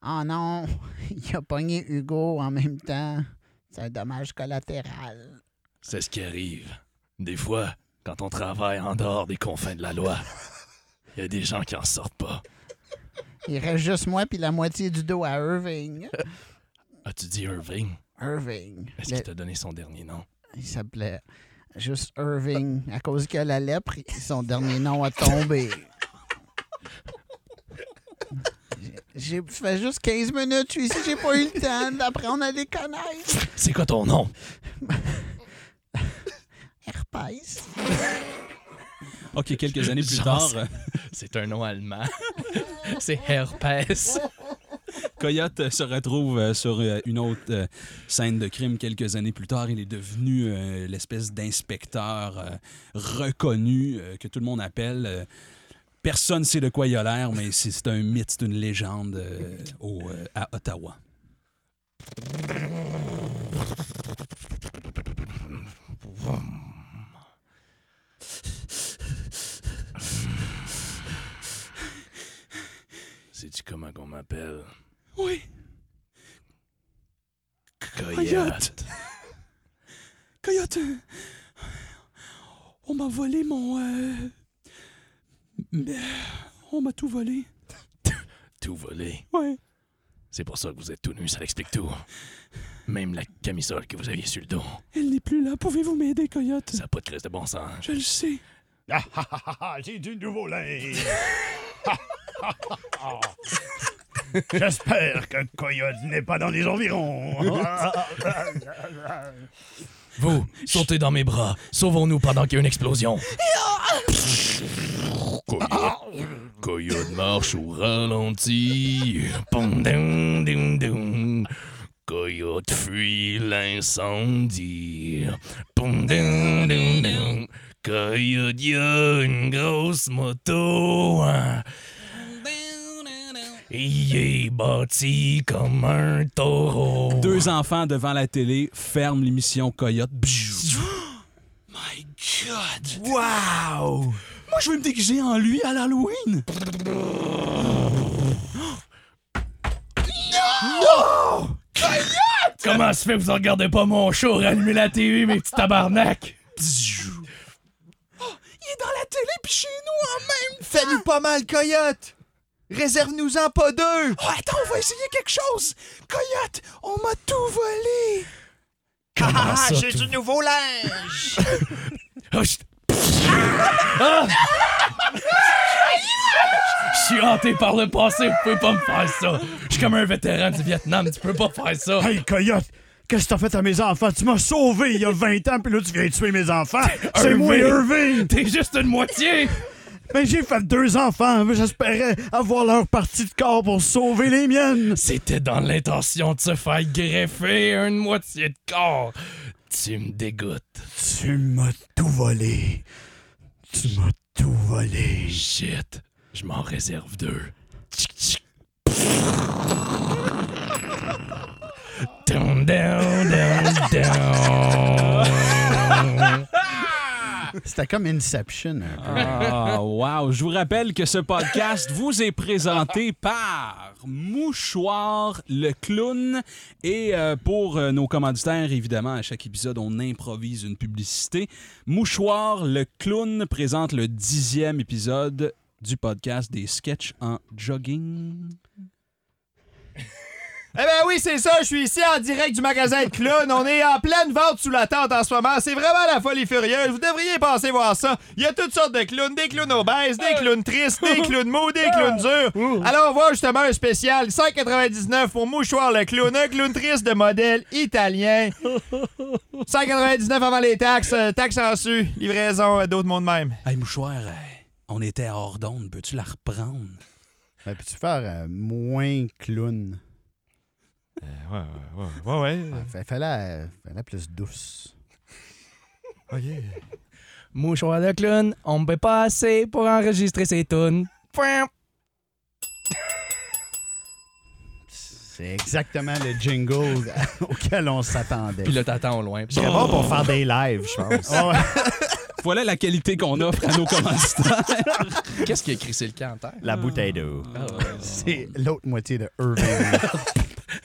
Speaker 3: Oh non, il a pogné Hugo en même temps. C'est un dommage collatéral.
Speaker 4: C'est ce qui arrive. Des fois, quand on travaille en dehors des confins de la loi, il y a des gens qui en sortent pas.
Speaker 3: Il reste juste moi puis la moitié du dos à Irving.
Speaker 4: As-tu dit Irving?
Speaker 3: Irving.
Speaker 4: Est-ce
Speaker 3: Le-
Speaker 4: qu'il t'a donné son dernier nom?
Speaker 3: Il s'appelait juste Irving. À cause que la lèpre, son dernier nom a tombé. J'ai j'ai fait juste 15 minutes, je suis ici, j'ai pas eu le temps d'apprendre à les connaître.
Speaker 4: C'est quoi ton nom?
Speaker 3: Herpès.
Speaker 1: OK, quelques années plus
Speaker 4: Genre,
Speaker 1: tard, euh,
Speaker 4: c'est- C'est un nom allemand. C'est Herpès.
Speaker 1: Coyote euh, se retrouve euh, sur euh, une autre euh, scène de crime quelques années plus tard. Il est devenu euh, l'espèce d'inspecteur euh, reconnu euh, que tout le monde appelle. euh, personne sait de quoi il a l'air, mais c'est c'est un mythe, c'est une légende euh, au, euh, à Ottawa.
Speaker 4: Sais-tu comment qu'on m'appelle?
Speaker 1: Oui,
Speaker 4: Coyote.
Speaker 1: Coyote, on m'a volé mon... euh, On m'a tout volé.
Speaker 4: Tout volé.
Speaker 1: Ouais.
Speaker 4: C'est pour ça que vous êtes tout nus, ça l'explique tout. Même la camisole que vous aviez sur le dos.
Speaker 1: Elle n'est plus là. Pouvez-vous m'aider, Coyote?
Speaker 4: Ça n'a pas de crise de bon sens.
Speaker 1: Je le sais.
Speaker 2: Ah ah ah ah, ah, j'ai du nouveau linge! Ah, ah, ah, ah. J'espère que Coyote n'est pas dans les environs! Ah, ah, ah, ah, ah.
Speaker 4: Vous, sautez dans mes bras. Sauvons-nous pendant qu'il y a une explosion. Coyote, Coyote marche au ralenti. Pom, dum, dum, dum. Coyote fuit l'incendie. Pom, dum, dum, dum. Coyote, y a une grosse moto. Il est bâti comme un taureau.
Speaker 1: Deux enfants devant la télé ferment l'émission Coyote. Bzzzou. Oh My God! Wow! Moi, je veux me déguiser en lui à l'Halloween!
Speaker 4: Comment se fait que vous en regardez pas mon show? Rallumez la TV, mes petits tabarnak!
Speaker 1: Il est dans la télé puis chez nous en même
Speaker 5: Fais-nous pas mal, coyote! Réserve-nous-en pas deux!
Speaker 1: Oh, attends, on va essayer quelque chose! Coyote, on m'a tout volé! Ah,
Speaker 4: Comment ça,
Speaker 6: j'ai
Speaker 4: tout-
Speaker 6: du nouveau linge!
Speaker 4: Ah, je... Ah! Je suis hanté par le passé, vous pouvez pas me faire ça! Je suis comme un vétéran du Vietnam, tu peux pas faire ça!
Speaker 2: Hey, Coyote! Qu'est-ce que t'as fait à mes enfants? Tu m'as sauvé il y a 20 ans, puis là, tu viens de tuer mes enfants! C'est
Speaker 4: Irving.
Speaker 2: moi, Irving!
Speaker 4: T'es juste une moitié!
Speaker 3: Ben,
Speaker 2: Mais j'ai fait deux enfants! J'espérais avoir leur partie de corps pour sauver les miennes!
Speaker 4: C'était dans l'intention de se faire greffer une moitié de corps! Tu me dégoûtes.
Speaker 3: Tu m'as tout volé. Tu m'as tout volé.
Speaker 4: Shit. Je m'en réserve deux. Down, down, down, down.
Speaker 3: C'était comme Inception. un peu.
Speaker 1: Ah, wow. Je vous rappelle que ce podcast vous est présenté par Mouchoir le clown. Et euh, pour euh, nos commanditaires, évidemment, à chaque épisode, on improvise une publicité. Mouchoir le clown présente le dixième épisode du podcast des sketchs en jogging.
Speaker 5: Eh ben oui, c'est ça, je suis ici en direct du magasin de clowns. On est en pleine vente sous la tente en ce moment. C'est vraiment la folie furieuse. Vous devriez passer voir ça. Il y a toutes sortes de clowns. Des clowns obèses, des clowns tristes, des clowns mous, des clowns durs. Alors on voit justement un spécial 199 pour Mouchoir le clown. Un clown triste de modèle italien. 199 avant les taxes. euh, taxes en su. Livraison euh, d'autres mondes même.
Speaker 1: Hey, Mouchoir, euh, on était à hors d'onde. Peux-tu la reprendre?
Speaker 3: Ben, Peux-tu faire euh, moins clown?
Speaker 2: Ben, Ouais, ouais, ouais, ouais.
Speaker 3: Ah, fa- Fallait, euh, fallait plus douce.
Speaker 4: Mouchoir de clown, on me paie pas assez pour enregistrer ces tunes. Pouin.
Speaker 3: C'est exactement le jingle auquel on s'attendait.
Speaker 4: Puis là, t'attends au loin.
Speaker 5: C'est bon pour faire des lives, je pense.
Speaker 3: Ah ouais.
Speaker 1: Voilà la qualité qu'on offre à nos commanditaires.
Speaker 4: Qu'est-ce qui a crissé le camp en terre?
Speaker 5: La bouteille d'eau.
Speaker 3: C'est l'autre moitié de Irving.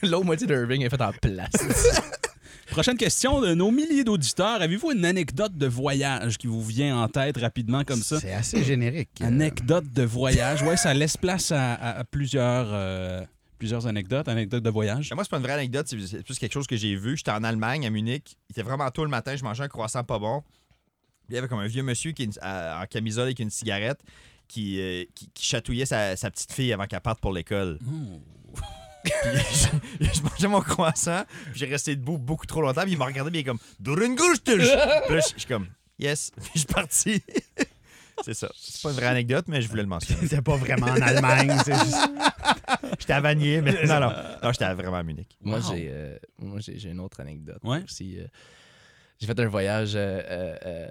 Speaker 4: L'autre moitié d'Irving est faite en plastique.
Speaker 1: Prochaine question de nos milliers d'auditeurs. Avez-vous une anecdote de voyage qui vous vient en tête rapidement comme ça?
Speaker 3: C'est assez générique.
Speaker 1: Anecdote de voyage. Ouais, ça laisse place à, à- à plusieurs, euh, plusieurs anecdotes. Anecdote de voyage.
Speaker 5: Chez Moi, c'est pas une vraie anecdote, c'est- c'est plus quelque chose que j'ai vu. J'étais en Allemagne, à Munich. Il était vraiment tôt le matin, je mangeais un croissant pas bon. Puis Il y avait comme un vieux monsieur qui, à- en camisole avec une cigarette qui, euh, qui, qui chatouillait sa, sa petite fille avant qu'elle parte pour l'école. Puis je, je mangeais mon croissant, puis j'ai resté debout beaucoup trop longtemps, puis il m'a regardé, puis il est comme Duringustuch! Puis là, je je suis comme Yes, puis je suis parti. c'est ça. C'est pas une vraie anecdote, mais je voulais le mentionner.
Speaker 3: C'était pas vraiment en Allemagne. c'est juste-
Speaker 5: J'étais à Vanier, mais non, non. Non, j'étais vraiment à Munich.
Speaker 4: Moi,
Speaker 1: Wow.
Speaker 4: j'ai, euh, moi, j'ai, j'ai une autre anecdote.
Speaker 1: Ouais.
Speaker 4: aussi, euh, j'ai fait un voyage. euh, euh, euh,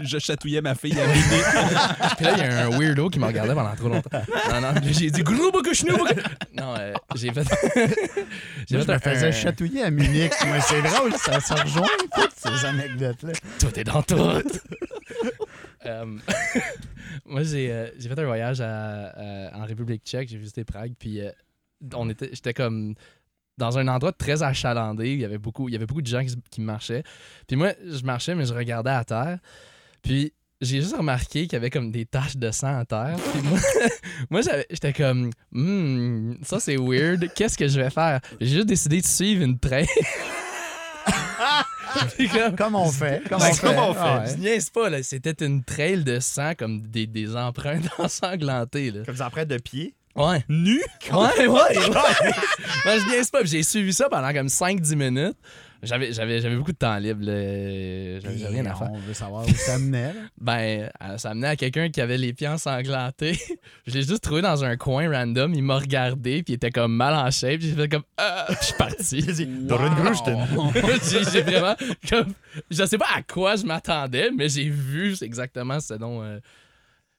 Speaker 1: Je chatouillais ma fille à Munich.
Speaker 4: puis là, il y a un weirdo qui me regardait pendant trop longtemps. Non, non, puis j'ai dit Grou, boucou, chnou, boucou. Non, euh, j'ai fait. j'ai
Speaker 3: Moi, je
Speaker 4: fait
Speaker 3: me
Speaker 4: un-
Speaker 3: faisais
Speaker 4: un-
Speaker 3: chatouiller à Munich. Mais c'est drôle, ça se rejoint, toutes ces anecdotes-là.
Speaker 4: Tout est dans tout. Euh, moi, j'ai, euh, j'ai fait un voyage à- à- en République tchèque. J'ai visité Prague. Puis euh, on était, j'étais comme dans un endroit très achalandé. Il y avait beaucoup, il y avait beaucoup de gens qui, se- qui marchaient. Puis moi, je marchais, mais je regardais à terre. Puis j'ai juste remarqué qu'il y avait comme des taches de sang à terre. Puis moi, moi, j'avais- j'étais comme, Hmm, ça c'est weird. Qu'est-ce que je vais faire? J'ai juste décidé de suivre une traîne. Puis comme-
Speaker 3: Comme on fait. Comme
Speaker 4: Ouais,
Speaker 3: on fait.
Speaker 4: Ben, comme on
Speaker 3: Ah ouais.
Speaker 4: Euh, je niaise pas, là. C'était une trail de sang, comme des, des empreintes ensanglantées, là.
Speaker 5: Comme des empreintes de pied.
Speaker 4: Ouais.
Speaker 1: Nu?
Speaker 4: Ouais, ouais, ouais. Moi, je niaise pas. puis J'ai suivi ça pendant comme 5-10 minutes. J'avais, j'avais, j'avais beaucoup de temps libre, là. euh, J'avais, j'avais rien à faire.
Speaker 3: On veut savoir où ça menait. là.
Speaker 4: Ben, euh, ça amenait à quelqu'un qui avait les pieds ensanglantés. je l'ai juste trouvé dans un coin random. Il m'a regardé, puis il était comme mal en shape. J'ai fait comme, ah, Puis je suis parti.
Speaker 5: J'ai dit, Duringustuch!
Speaker 4: j'ai j'ai vraiment comme je sais pas à quoi je m'attendais mais j'ai vu c'est exactement ce dont euh,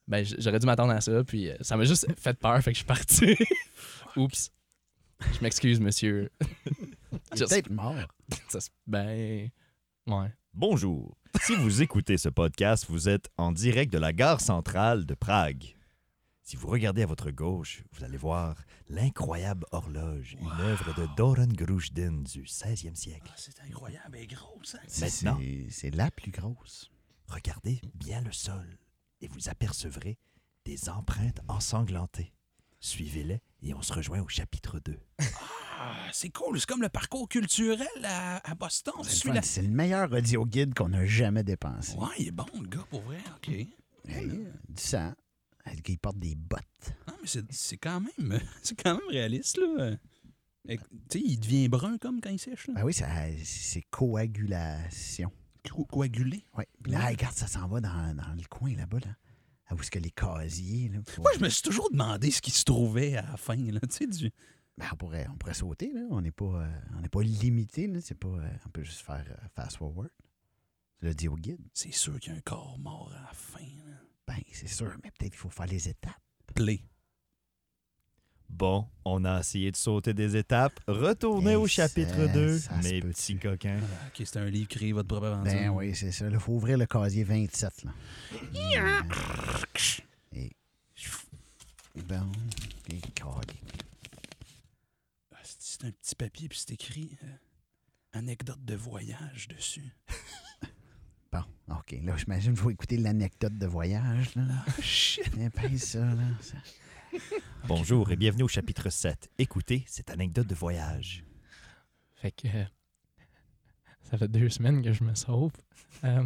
Speaker 4: ben j- j'aurais dû m'attendre à ça puis euh, ça m'a juste fait peur fait que je suis parti oups je m'excuse monsieur
Speaker 3: Il est
Speaker 4: Just-
Speaker 3: peut-être mort.
Speaker 4: Ça se- ben ouais
Speaker 5: Bonjour. Si vous écoutez ce podcast, vous êtes en direct de la gare centrale de Prague. Si vous regardez à votre gauche, vous allez voir l'incroyable horloge, une œuvre de Doran Grushdin du 16e siècle.
Speaker 1: C'est incroyable et gros, ça.
Speaker 5: Maintenant.
Speaker 3: C'est- C'est la plus grosse.
Speaker 5: Regardez bien le sol et vous apercevrez des empreintes ensanglantées. Suivez-les et on se rejoint au chapitre 2.
Speaker 1: Ah, c'est cool. C'est comme le parcours culturel à, à Boston. Tu suis la-
Speaker 3: C'est le meilleur audio guide qu'on a jamais dépensé.
Speaker 1: Ouais, il est bon, le gars, pour vrai. OK.
Speaker 3: Hey, euh, du sang. Hey, Le gars, il porte des bottes.
Speaker 1: Ah, mais c'est- c'est quand même c'est quand même réaliste, là. Et- Tu sais, il devient brun comme quand il sèche, là.
Speaker 3: Ben oui, ça- c'est coagulation.
Speaker 1: Co- coagulé.
Speaker 3: Ouais. Puis là, regarde, ça s'en va dans, dans le coin là-bas, là. Ah, Où est-ce que les casiers, là? pour-
Speaker 1: Moi, je me suis toujours demandé ce qui se trouvait à la fin, là. Tu sais, du...
Speaker 3: ben, on, pourrait, on pourrait sauter, là. On n'est pas, euh, on n'est pas limité, là. C'est pas, euh, on peut juste faire euh, fast forward. Tu l'as dit au guide.
Speaker 1: C'est sûr qu'il y a un corps mort à la fin. là.
Speaker 3: Ben, c'est sûr, mais peut-être qu'il faut faire les étapes.
Speaker 1: Play.
Speaker 5: Bon, on a essayé de sauter des étapes. Retournez
Speaker 3: Et
Speaker 5: au
Speaker 3: ça-
Speaker 5: chapitre 2,
Speaker 3: ça se
Speaker 5: mes
Speaker 3: peut-tu?
Speaker 5: petits coquins.
Speaker 1: Ah, ok, c'est un livre, créez votre propre aventure.
Speaker 3: Ben oui, c'est ça. Il faut ouvrir le casier 27, là. Et... Bon, et calique.
Speaker 1: Ah, c'est- C'est un petit papier, puis c'est écrit euh, anecdote de voyage dessus.
Speaker 3: Bon, OK. Là, j'imagine qu'il faut écouter l'anecdote de voyage, là.
Speaker 1: Shit!
Speaker 3: Eh ben, ça, là. ça-
Speaker 5: Bonjour et bienvenue au chapitre 7. Écoutez cette anecdote de voyage.
Speaker 4: Fait que euh, ça fait deux semaines que je me sauve. Euh,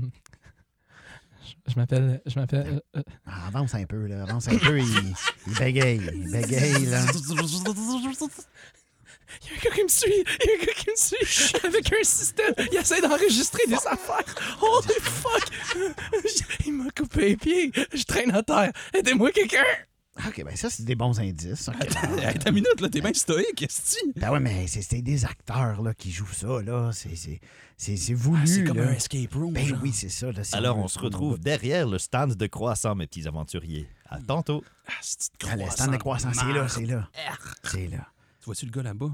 Speaker 4: je- je m'appelle. Je m'appelle. euh, euh,
Speaker 3: Ah, avance un peu, là. Avance un peu. Il, il bégaye. Il bégaye, là.
Speaker 4: Il y a un gars qui me suit! Il y a un gars qui me suit! Avec un système! Il essaie d'enregistrer des affaires! Holy fuck! Je- Il m'a coupé les pieds! Je traîne à terre! Aidez-moi quelqu'un!
Speaker 3: OK, ben ça, c'est des bons indices. OK. Ah,
Speaker 1: Hey, ta minute, là, t'es bien stoïque, esti!
Speaker 3: Ben ouais, mais c'est c'est des acteurs, là, qui jouent ça, là. C'est- C'est c'est- c'est voulu,
Speaker 1: Ah, c'est comme
Speaker 3: là.
Speaker 1: un escape room.
Speaker 3: Ben
Speaker 1: genre.
Speaker 3: oui, c'est ça, là. c'est-
Speaker 5: Alors on se retrouve derrière le stand de croissant, mes petits aventuriers. À tantôt.
Speaker 1: Ah, c'est une
Speaker 3: Ah, le stand de croissance, c'est là, c'est là. C'est là.
Speaker 1: Tu vois-tu le gars là-bas?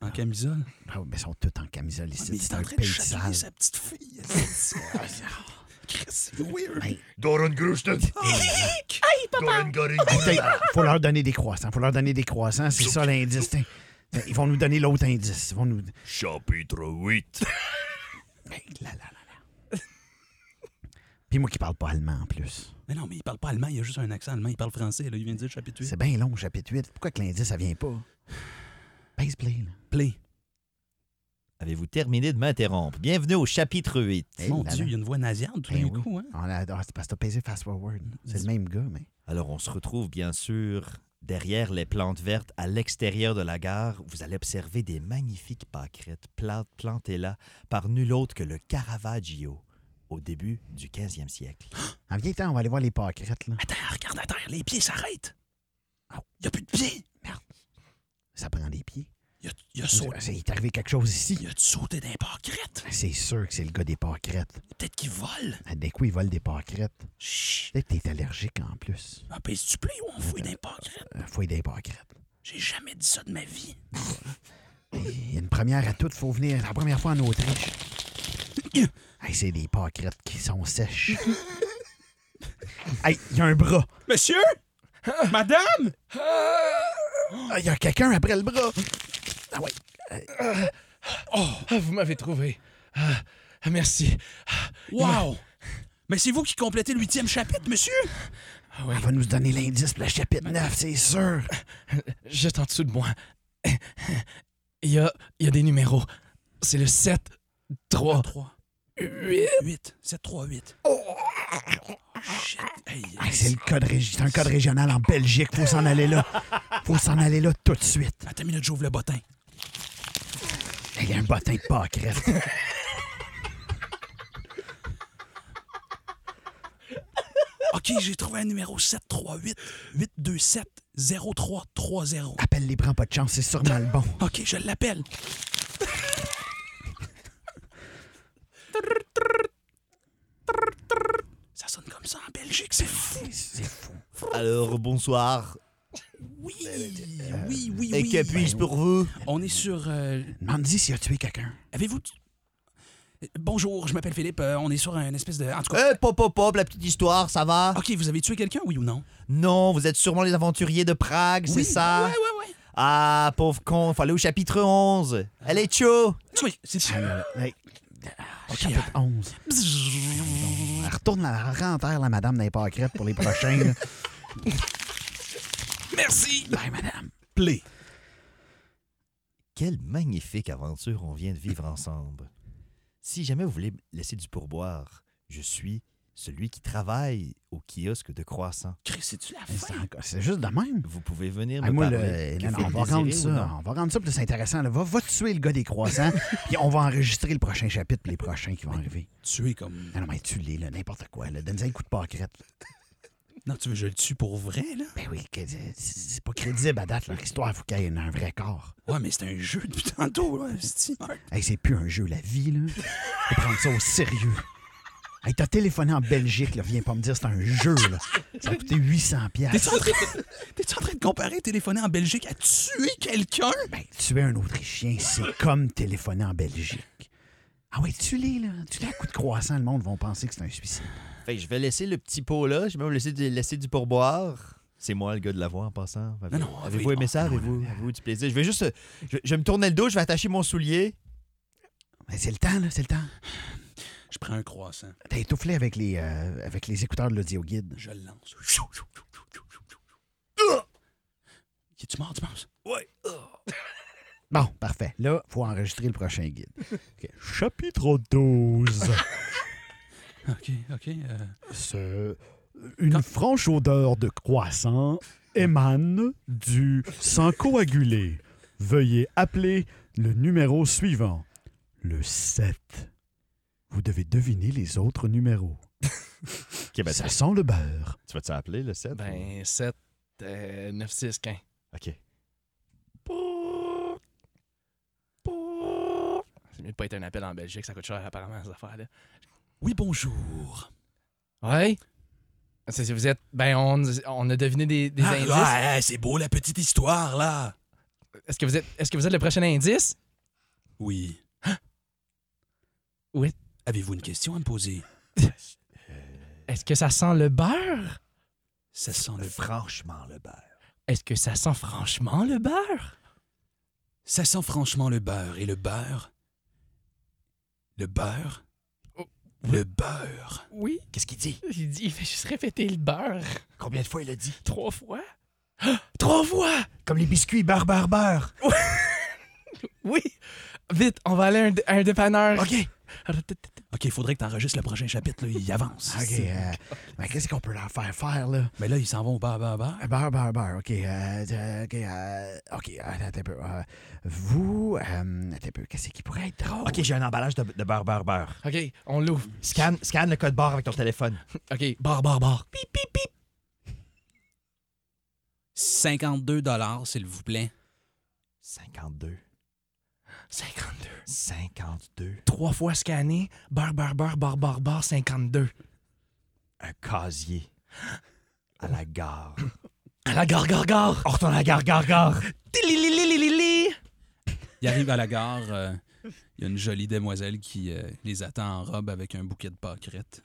Speaker 1: En camisole? Ah,
Speaker 3: Ah, mais ils sont tous en camisole ici.
Speaker 1: Mais il
Speaker 3: c'est
Speaker 1: est en
Speaker 3: un
Speaker 1: train de
Speaker 3: pays
Speaker 1: chatouiller
Speaker 3: sale.
Speaker 1: sa petite fille. esti. Ah, c'est- Christ, c'est weird.
Speaker 3: Hey,
Speaker 7: Gorin, gorin,
Speaker 1: Ah,
Speaker 3: hey, faut leur donner des croissants. Faut leur donner des croissants. C'est ça l'indice. tiens. Tiens, Ils vont nous donner l'autre indice. Ils vont nous.
Speaker 7: Chapitre 8.
Speaker 3: Hey, là, là, là, là. Puis moi qui parle pas allemand en plus.
Speaker 1: Mais non, mais il parle pas allemand, il a juste un accent allemand, il parle français. Là, il vient de dire chapitre 8.
Speaker 3: C'est bien long, chapitre 8. Pourquoi que l'indice, ça vient pas? Pace play, là.
Speaker 1: Play.
Speaker 5: Avez-vous terminé de m'interrompre? Bienvenue au chapitre 8.
Speaker 3: Hey,
Speaker 1: Mon
Speaker 3: là,
Speaker 1: Dieu,
Speaker 3: là.
Speaker 1: il y a une voix nasillarde tout
Speaker 3: Ben
Speaker 1: d'un
Speaker 3: oui.
Speaker 1: coup. Hein?
Speaker 3: On l'a- ah, c'est parce que t'as pesé fast forward. C'est le même gars, mais.
Speaker 5: Alors on se retrouve bien sûr derrière les plantes vertes à l'extérieur de la gare. Vous allez observer des magnifiques pâquerettes pla- plantées là par nul autre que le Caravaggio au début du 15e siècle.
Speaker 3: En vieil temps, on va aller voir les pâquerettes, là.
Speaker 1: Attends, regarde à terre, les pieds s'arrêtent. Il n'y a plus de pieds.
Speaker 3: Ça prend des pieds.
Speaker 1: Il a, il a
Speaker 3: C'est
Speaker 1: sauté.
Speaker 3: il est arrivé quelque chose ici.
Speaker 1: Il a sauté d'un pâquerette.
Speaker 3: C'est sûr que c'est le gars des pâquerettes.
Speaker 1: Peut-être qu'il vole.
Speaker 3: Ah, Des coups, il vole des pâquerettes.
Speaker 1: Chut.
Speaker 3: Peut-être que t'es allergique en plus.
Speaker 1: Ah, pèse-tu play ou on fouille d'un pâquerette?
Speaker 3: Euh, fouille des pâquerettes.
Speaker 1: J'ai jamais dit ça de ma vie.
Speaker 3: Il y a une première à toutes, faut venir. La première fois en Autriche. Hey, c'est des pâquerettes qui sont sèches. hey, il y a un bras. Hein?
Speaker 1: Monsieur? Madame?
Speaker 3: Ah, Il y a quelqu'un après le bras. Ah ouais.
Speaker 4: Ah, vous m'avez trouvé! Ah, ah, merci!
Speaker 1: Wow! Mais c'est vous qui complétez le huitième chapitre, monsieur? Ah
Speaker 3: Elle va nous donner l'indice pour le chapitre 9, c'est sûr.
Speaker 4: Juste en dessous de moi. Il y a, il y a des numéros. C'est le 7, 3,
Speaker 1: 3,
Speaker 4: 8.
Speaker 1: 8, 7, 3, 8. Shit. Hey,
Speaker 3: Hey, Ah, c'est le code régi- c'est un code régional en Belgique. Faut s'en aller là. Faut s'en aller là tout de suite.
Speaker 1: Attends une minute, j'ouvre le bottin.
Speaker 3: Hey, Il y a un bottin de pâquerette.
Speaker 1: OK, j'ai trouvé un numéro 738 827 0330.
Speaker 3: Appelle les prends pas de chance, c'est sûrement le bon.
Speaker 1: OK, je l'appelle. Ça sonne comme ça en Belgique, c'est fou.
Speaker 3: C'est fou.
Speaker 5: Alors bonsoir.
Speaker 1: Oui, oui, oui,
Speaker 5: Et
Speaker 1: oui. Ben,
Speaker 5: que puis-je pour vous?
Speaker 1: On est sur... euh,
Speaker 3: Demande-y s'il a tué quelqu'un.
Speaker 1: Avez-vous... Euh, Bonjour, je m'appelle Philippe. euh, on est sur un espèce de... En tout
Speaker 5: Eh,
Speaker 1: cas...
Speaker 5: pop, pop, pop, la petite histoire, ça va?
Speaker 1: OK, vous avez tué quelqu'un, oui ou non?
Speaker 5: Non, vous êtes sûrement les aventuriers de Prague, c'est
Speaker 1: Oui.
Speaker 5: ça?
Speaker 1: Ouais, ouais, ouais.
Speaker 5: Ah, pauvre con, fallait au chapitre 11. Allez, tcho!
Speaker 1: Oui, c'est ça.
Speaker 5: Euh.
Speaker 3: Euh, Hey,
Speaker 1: OK,
Speaker 3: chapitre 11. Elle retourne la terre, la madame des pâquerettes pour les prochains. là.
Speaker 1: merci.
Speaker 3: Bye, madame.
Speaker 1: Play.
Speaker 5: Quelle magnifique aventure on vient de vivre ensemble. Si jamais vous voulez me laisser du pourboire, je suis celui qui travaille au kiosque de croissant.
Speaker 1: Chris, c'est-tu la
Speaker 3: Hey, c'est
Speaker 1: fin?
Speaker 3: encore- C'est juste de même.
Speaker 5: Vous pouvez venir
Speaker 3: Hey,
Speaker 5: me
Speaker 3: Ah, moi,
Speaker 5: parler.
Speaker 3: le-
Speaker 5: que
Speaker 3: non, non,
Speaker 5: vous
Speaker 3: on
Speaker 5: le
Speaker 3: va rendre
Speaker 5: désirez
Speaker 3: ça.
Speaker 5: ou non.
Speaker 3: On va rendre ça plus intéressant. là. Va, va tuer le gars des croissants, puis on va enregistrer le prochain chapitre pour les prochains qui vont arriver.
Speaker 1: Tué comme...
Speaker 3: Non, non, mais tu les là, n'importe quoi. là. Donne-nous un coup de pâquerette.
Speaker 1: Non, tu veux que je le tue pour vrai, là?
Speaker 3: Ben oui, que- c'est- c'est pas crédible à date, leur histoire. faut qu'il y ait un vrai corps.
Speaker 1: Ouais, mais c'est un jeu depuis tantôt, là. c'est-tu?
Speaker 3: Hey, c'est plus un jeu, la vie, là. Faut prendre ça au sérieux. Hey, t'as téléphoné en Belgique, là. Viens pas me dire c'est un jeu, là. Ça a coûté 800
Speaker 1: T'es-tu
Speaker 3: piastres.
Speaker 1: en, train... T'es-tu en train de comparer téléphoner en Belgique à tuer quelqu'un?
Speaker 3: Ben, tuer un Autrichien, c'est comme téléphoner en Belgique. Ah ouais, tue-les, là. Tue-les à coup de croissant, le monde vont penser que c'est un suicide.
Speaker 5: Fait que je vais laisser le petit pot là. Je vais même laisser, du- laisser du pourboire. C'est moi le gars de la voix en passant. Avez-
Speaker 1: Non, non,
Speaker 5: Avez-vous
Speaker 1: oui,
Speaker 5: aimé
Speaker 1: non,
Speaker 5: ça?
Speaker 1: non,
Speaker 5: Avez-vous avez-vous du plaisir? Je vais juste. euh, Je, je vais me tourner le dos, je vais attacher mon soulier.
Speaker 3: Ben, c'est le temps, là, c'est le temps.
Speaker 1: Je prends un croissant,
Speaker 3: T'as étoufflé avec les, euh, avec les écouteurs de l'audio guide.
Speaker 1: je le lance. Es-tu mort, tu penses?
Speaker 3: Bon, parfait. Là, faut enregistrer le prochain guide. Ok. Chapitre 12.
Speaker 1: OK, OK. euh,
Speaker 3: Ce- une franche odeur de croissant émane du sang coagulé. Veuillez appeler le numéro suivant, le 7. Vous devez deviner les autres numéros.
Speaker 4: Eh
Speaker 5: Ok, ben,
Speaker 3: Ça
Speaker 5: tu,
Speaker 3: sent le beurre.
Speaker 5: tu vas-tu appeler le 7?
Speaker 4: Ben, 7, euh, 9, 6, 15.
Speaker 5: Ok.
Speaker 4: C'est mieux de pas être un appel en Belgique, ça coûte cher apparemment, ces affaires-là.
Speaker 1: Oui, bonjour.
Speaker 4: Ouais? C'est si vous êtes. Ben, on, on a deviné des, des
Speaker 1: Ah,
Speaker 4: indices.
Speaker 1: ouais, c'est beau, la petite histoire, là.
Speaker 4: Est-ce que vous êtes est-ce que vous êtes le prochain indice?
Speaker 1: Oui.
Speaker 4: Oui.
Speaker 1: Hein? Avez-vous une question à me poser?
Speaker 4: Est-ce que ça sent le beurre?
Speaker 1: Ça sent le
Speaker 5: Franchement, le beurre.
Speaker 4: Est-ce que ça sent franchement le beurre?
Speaker 1: Ça sent franchement le beurre. Et le beurre? Le beurre?
Speaker 4: Oh.
Speaker 1: Le beurre.
Speaker 4: Oui.
Speaker 5: Qu'est-ce qu'il dit?
Speaker 4: Il dit, il fait juste répéter le beurre
Speaker 5: Combien de fois il a dit?
Speaker 4: trois fois. Ah! Trois fois!
Speaker 5: Comme les biscuits, beurre, beurre, beurre.
Speaker 4: Oui! Vite, on va aller à un, dé- à un dépanneur.
Speaker 1: OK. OK, il faudrait que tu enregistres le prochain chapitre. Là. Il avance.
Speaker 4: Ah,
Speaker 3: OK, euh, ben, qu'est-ce qu'on peut leur faire faire, là?
Speaker 1: Mais là, ils s'en vont au bar, bar, bar.
Speaker 3: Un Beurre, beurre, beurre. OK, euh, euh, OK, euh, OK, attends un peu. euh, vous, euh, attends un peu, qu'est-ce qui pourrait être drôle?
Speaker 5: Ok, j'ai un emballage de, de beurre, beurre, beurre.
Speaker 4: OK, on l'ouvre.
Speaker 5: Scanne, scanne le code barre avec ton téléphone.
Speaker 4: OK, bar, bar, bar.
Speaker 1: 52 s'il vous plaît.
Speaker 5: 52.
Speaker 4: 52.
Speaker 5: 52.
Speaker 4: Trois fois scanné. Beurre, beurre, beurre, beurre, beurre, beurre, 52.
Speaker 5: Un casier. À la gare.
Speaker 4: À la gare, gare, gare.
Speaker 5: On retourne à la gare, gare, gare.
Speaker 4: Tilililililili.
Speaker 1: Ils arrivent à la gare. euh, Il y a une jolie demoiselle qui euh, les attend en robe avec un bouquet de pâquerettes.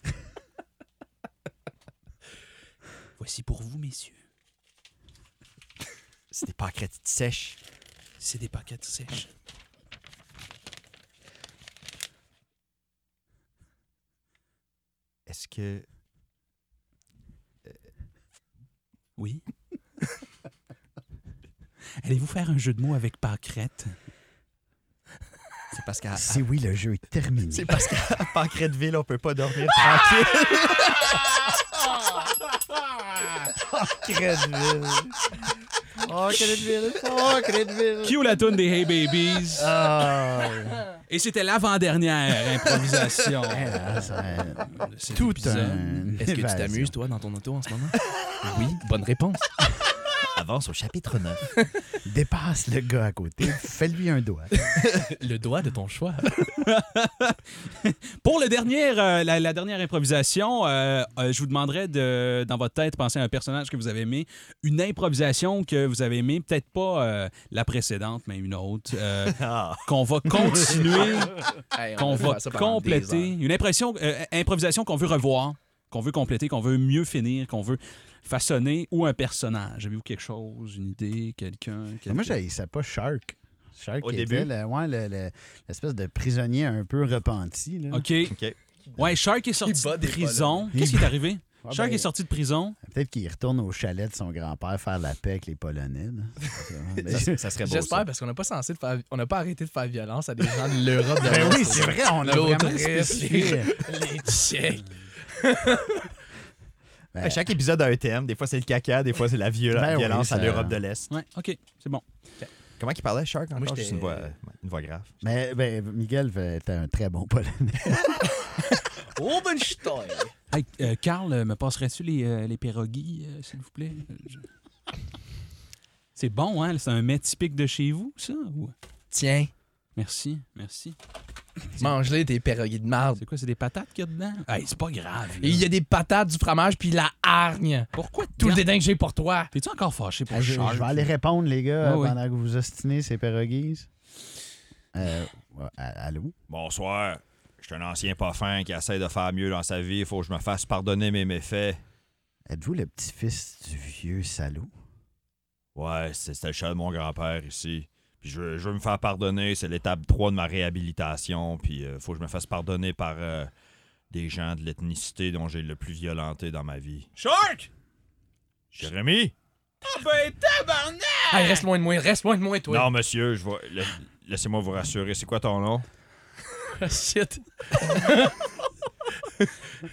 Speaker 1: Voici pour vous, messieurs.
Speaker 5: C'est des pâquerettes sèches.
Speaker 1: C'est des paquettes sèches.
Speaker 5: Est-ce que.
Speaker 1: Oui. Allez-vous faire un jeu de mots avec pâquerettes?
Speaker 5: C'est parce qu'à
Speaker 3: Ah, Si oui, le jeu est terminé.
Speaker 5: C'est parce qu'à Pancretteville, on peut pas dormir tranquille.
Speaker 3: Crédule.
Speaker 5: Oh, Crédville. Oh, Crédville.
Speaker 1: Cue la toune des Hey Babies. Et c'était l'avant-dernière improvisation. de cet
Speaker 3: Ah, Tout
Speaker 1: épisode.
Speaker 3: un.
Speaker 4: Est-ce que tu t'amuses, toi, dans ton auto en ce moment? oui, bonne réponse.
Speaker 5: Avance au chapitre 9.
Speaker 3: Dépasse le gars à côté, fais-lui un doigt.
Speaker 4: Le doigt de ton choix.
Speaker 1: Pour le dernier, euh, la, la dernière improvisation, euh, euh, je vous demanderais de, dans votre tête, penser à un personnage que vous avez aimé, une improvisation que vous avez aimé, peut-être pas euh, la précédente, mais une autre, euh, qu'on va continuer, qu'on va compléter, une impression, euh, improvisation qu'on veut revoir, qu'on veut compléter, qu'on veut mieux finir, qu'on veut façonner, ou un personnage. Avez-vous quelque chose, une idée, quelqu'un?
Speaker 3: Moi,
Speaker 1: quelqu'un?
Speaker 3: je ça pas Shark. Shark,
Speaker 5: Au
Speaker 3: qui
Speaker 5: début?
Speaker 3: était le- ouais, le- le- l'espèce de prisonnier un peu repenti. Là.
Speaker 1: OK.
Speaker 5: OK.
Speaker 1: Ouais, Shark est sorti de prison. Qu'est-ce qui est arrivé?
Speaker 3: Ah,
Speaker 1: Shark
Speaker 3: ben,
Speaker 1: est sorti de prison.
Speaker 3: Peut-être qu'il retourne au chalet de son grand-père faire la paix avec les Polonais. là. Ben,
Speaker 5: Ça, ça serait beau.
Speaker 4: J'espère
Speaker 5: ça.
Speaker 4: parce qu'on n'a pas censé de faire, on n'a pas arrêté de faire violence à des gens de l'Europe. de
Speaker 3: ben
Speaker 4: l'Est.
Speaker 3: oui, c'est vrai, on a
Speaker 4: L'autre
Speaker 3: vraiment
Speaker 4: reste.
Speaker 3: spécifié.
Speaker 4: les Tchèques.
Speaker 3: Ben,
Speaker 5: Ouais, Ben, chaque épisode a un thème. Des fois, c'est le caca, des fois, c'est la viol-
Speaker 3: Ben oui,
Speaker 5: violence à
Speaker 3: ça-
Speaker 5: l'Europe de l'Est.
Speaker 1: Ouais, OK, c'est bon.
Speaker 5: Comment il parlait, Shark, encore?
Speaker 3: j'étais-
Speaker 5: Juste une voix, euh, une voix grave.
Speaker 3: Mais ben, Miguel, fait- t'es un très bon polonais.
Speaker 8: Obenstein!
Speaker 1: Hey, euh, Carl, euh, me passerais-tu les, euh, les pierogies, euh, s'il vous plaît? Euh, je- C'est bon, hein? C'est un mets typique de chez vous, ça? ou-
Speaker 4: Tiens,
Speaker 1: Merci, merci.
Speaker 4: mange-les tes pierogies de marde.
Speaker 1: C'est quoi, c'est des patates qu'il y a dedans? Hey, c'est pas grave. là.
Speaker 4: Et il y a des patates, du fromage, puis la hargne.
Speaker 1: Pourquoi
Speaker 4: Tout le
Speaker 1: t'es-
Speaker 4: dédain que j'ai pour toi.
Speaker 1: T'es-tu encore fâché pour
Speaker 3: Ah, je,
Speaker 1: Charles?
Speaker 3: je vais aller répondre, les gars,
Speaker 1: Ouais, ouais.
Speaker 3: pendant que vous ostinez ces pierogies. Euh, ouais, a- allô?
Speaker 5: Bonsoir. Je suis un ancien pas fin qui essaie de faire mieux dans sa vie. Il faut que je me fasse pardonner mes méfaits.
Speaker 3: Êtes-vous le petit-fils du vieux salaud?
Speaker 5: Ouais, c'est- c'était le chat de mon grand-père ici. Puis je, veux- je veux me faire pardonner. C'est l'étape 3 de ma réhabilitation. Puis euh, faut que je me fasse pardonner par euh, des gens de l'ethnicité dont j'ai le plus violenté dans ma vie.
Speaker 7: Shark!
Speaker 5: Jérémy?
Speaker 4: Hey, reste loin de moi, reste loin de moi, toi.
Speaker 5: Non, monsieur, je vais- la- Laissez-moi vous rassurer. C'est quoi ton nom?
Speaker 4: Shit.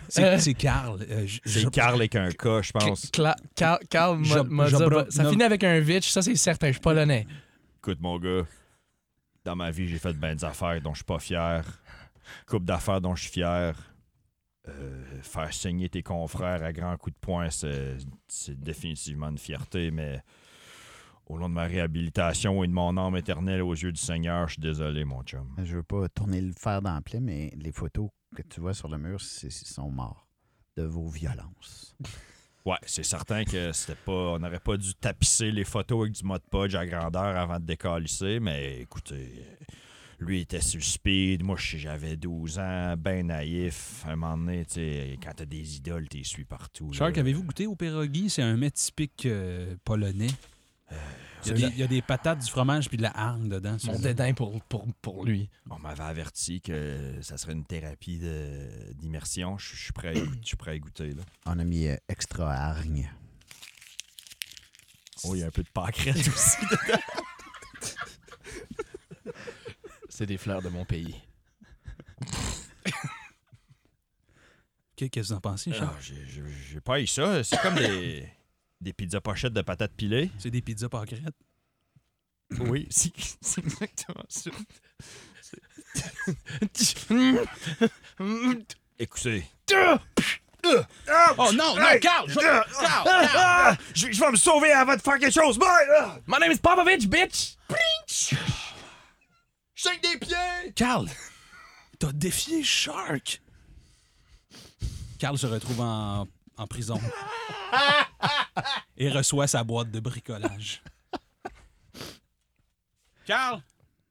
Speaker 1: C'est c'est Carl. euh, je- je-
Speaker 5: C'est Carl avec un K, je pense.
Speaker 4: Cla- Carl, Carl m'a-
Speaker 1: Job-
Speaker 4: m'a dit-
Speaker 1: Jobra-
Speaker 4: ça
Speaker 1: Nob-
Speaker 4: finit avec un vitch, ça c'est certain, je suis polonais.
Speaker 5: Écoute, mon gars, dans ma vie, j'ai fait bien des affaires dont je suis pas fier. Coupe d'affaires dont je suis fier. Euh, faire saigner tes confrères à grands coups de poing, c'est c'est définitivement une fierté, mais au long de ma réhabilitation et de mon âme éternelle aux yeux du Seigneur, je suis désolé, mon chum.
Speaker 3: Je veux pas tourner le fer dans le plaie, mais les photos que tu vois sur le mur, c'est- c'est- sont morts de vos violences.
Speaker 5: Ouais, c'est certain que c'était pas. On n'aurait pas dû tapisser les photos avec du mot de podge à grandeur avant de décalisser, mais écoutez. euh, Lui était sur le speed, moi je- j'avais 12 ans, ben naïf. À un moment donné, tu sais, quand t'as des idoles, t'es suis partout. là.
Speaker 1: Shark, avez-vous goûté au pierogi? C'est un mets typique euh, polonais.
Speaker 3: Euh,
Speaker 1: Il y, a des, il y a des patates, du fromage puis de la hargne dedans. c'est
Speaker 4: Mon
Speaker 1: ça.
Speaker 4: dédain pour, pour, pour lui.
Speaker 5: On m'avait averti que ça serait une thérapie de- d'immersion. Je je suis prêt, à y goûter- je suis prêt à y goûter. Là.
Speaker 3: On a mis euh, extra hargne.
Speaker 5: Oh, il y a un peu de pâquerette aussi.
Speaker 4: C'est des fleurs de mon pays.
Speaker 1: Qu'est- Qu'est-ce que vous en pensez, Charles?
Speaker 5: Ah, j'ai- J'ai j'ai pas eu ça. C'est comme des, des pizzas pochettes de patates pilées.
Speaker 1: C'est des pizzas pâquerettes?
Speaker 5: Oui, c'est c'est exactement ça. Écoutez.
Speaker 1: Oh non, non, Carl! je- Carl!
Speaker 5: Ah! Je, je vais me sauver avant de faire quelque chose. Bye! Ah!
Speaker 4: My name is Popovich, bitch!
Speaker 1: Carl, t'as défié Shark. Carl se retrouve en, en prison et reçoit sa boîte de bricolage. Carl,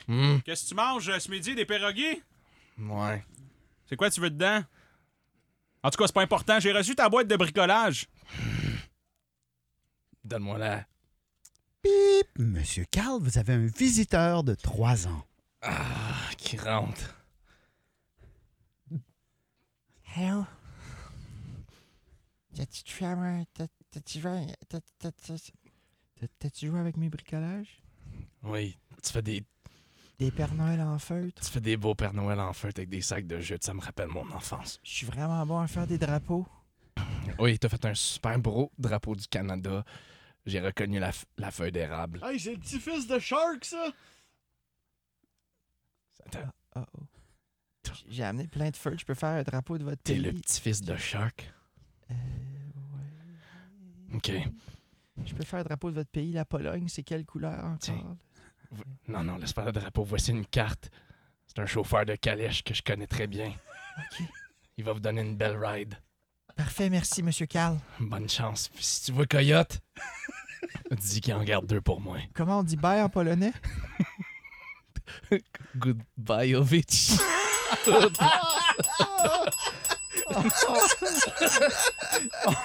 Speaker 4: Hmm,
Speaker 1: qu'est-ce que tu manges euh, ce midi, des pierogies?
Speaker 4: ouais.
Speaker 1: C'est quoi tu veux dedans? En tout cas, c'est pas important. J'ai reçu ta boîte de bricolage.
Speaker 4: Donne-moi la.
Speaker 3: Pip! Monsieur Carl, vous avez un visiteur de trois ans.
Speaker 4: Ah, qui rentre.
Speaker 9: Hello. T'as-tu joué à ma- t'as- t'as-tu joué- t'as- t'as- t'as- t'as- T'as-tu joué avec mes bricolages?
Speaker 4: Oui, tu fais des,
Speaker 9: Des Pères Noël en feutre?
Speaker 4: tu fais des beaux Père Noël en feu avec des sacs de jute, ça me rappelle mon enfance.
Speaker 9: Je suis vraiment bon à faire des drapeaux.
Speaker 4: Oui, t'as fait un super beau drapeau du Canada. J'ai reconnu la, f- la feuille d'érable.
Speaker 7: Hey, c'est le petit-fils de Shark, ça!
Speaker 4: Attends,
Speaker 9: Oh, oh. J- J'ai amené plein de feutres. Je peux faire un drapeau de votre
Speaker 4: T'es
Speaker 9: pays.
Speaker 4: le petit-fils de Shark.
Speaker 9: Euh, ouais.
Speaker 4: Ok.
Speaker 9: Je peux faire un drapeau de votre pays, la Pologne. C'est quelle couleur
Speaker 4: Tiens.
Speaker 9: encore?
Speaker 4: Vo- Non, non, laisse pas le drapeau. Voici une carte. C'est un chauffeur de calèche que je connais très bien.
Speaker 9: Ok.
Speaker 4: Il va vous donner une belle ride.
Speaker 9: Parfait, merci, Monsieur Carl.
Speaker 4: Bonne chance. Puis si tu vois Coyote, dis qu'il en garde deux pour moi.
Speaker 9: Comment on dit bye en polonais?
Speaker 4: Goodbye, Ovitch.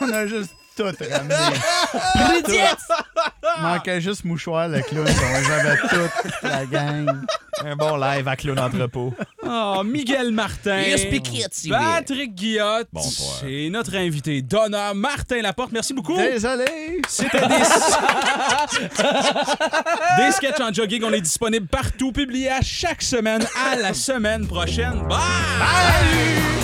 Speaker 3: On a juste tout ramené. Manquait juste mouchoir, le clown. On avait toute la gang.
Speaker 5: Un bon live à Clown Entrepôt.
Speaker 1: Oh, Miguel Martin. Patrick Guillotte.
Speaker 5: Bonsoir.
Speaker 1: Et notre invité d'honneur, Martin Laporte. Merci beaucoup.
Speaker 3: Désolé!
Speaker 1: C'était des... des sketchs en jogging. On est disponible partout, publiés à chaque semaine. À la semaine prochaine. Bye!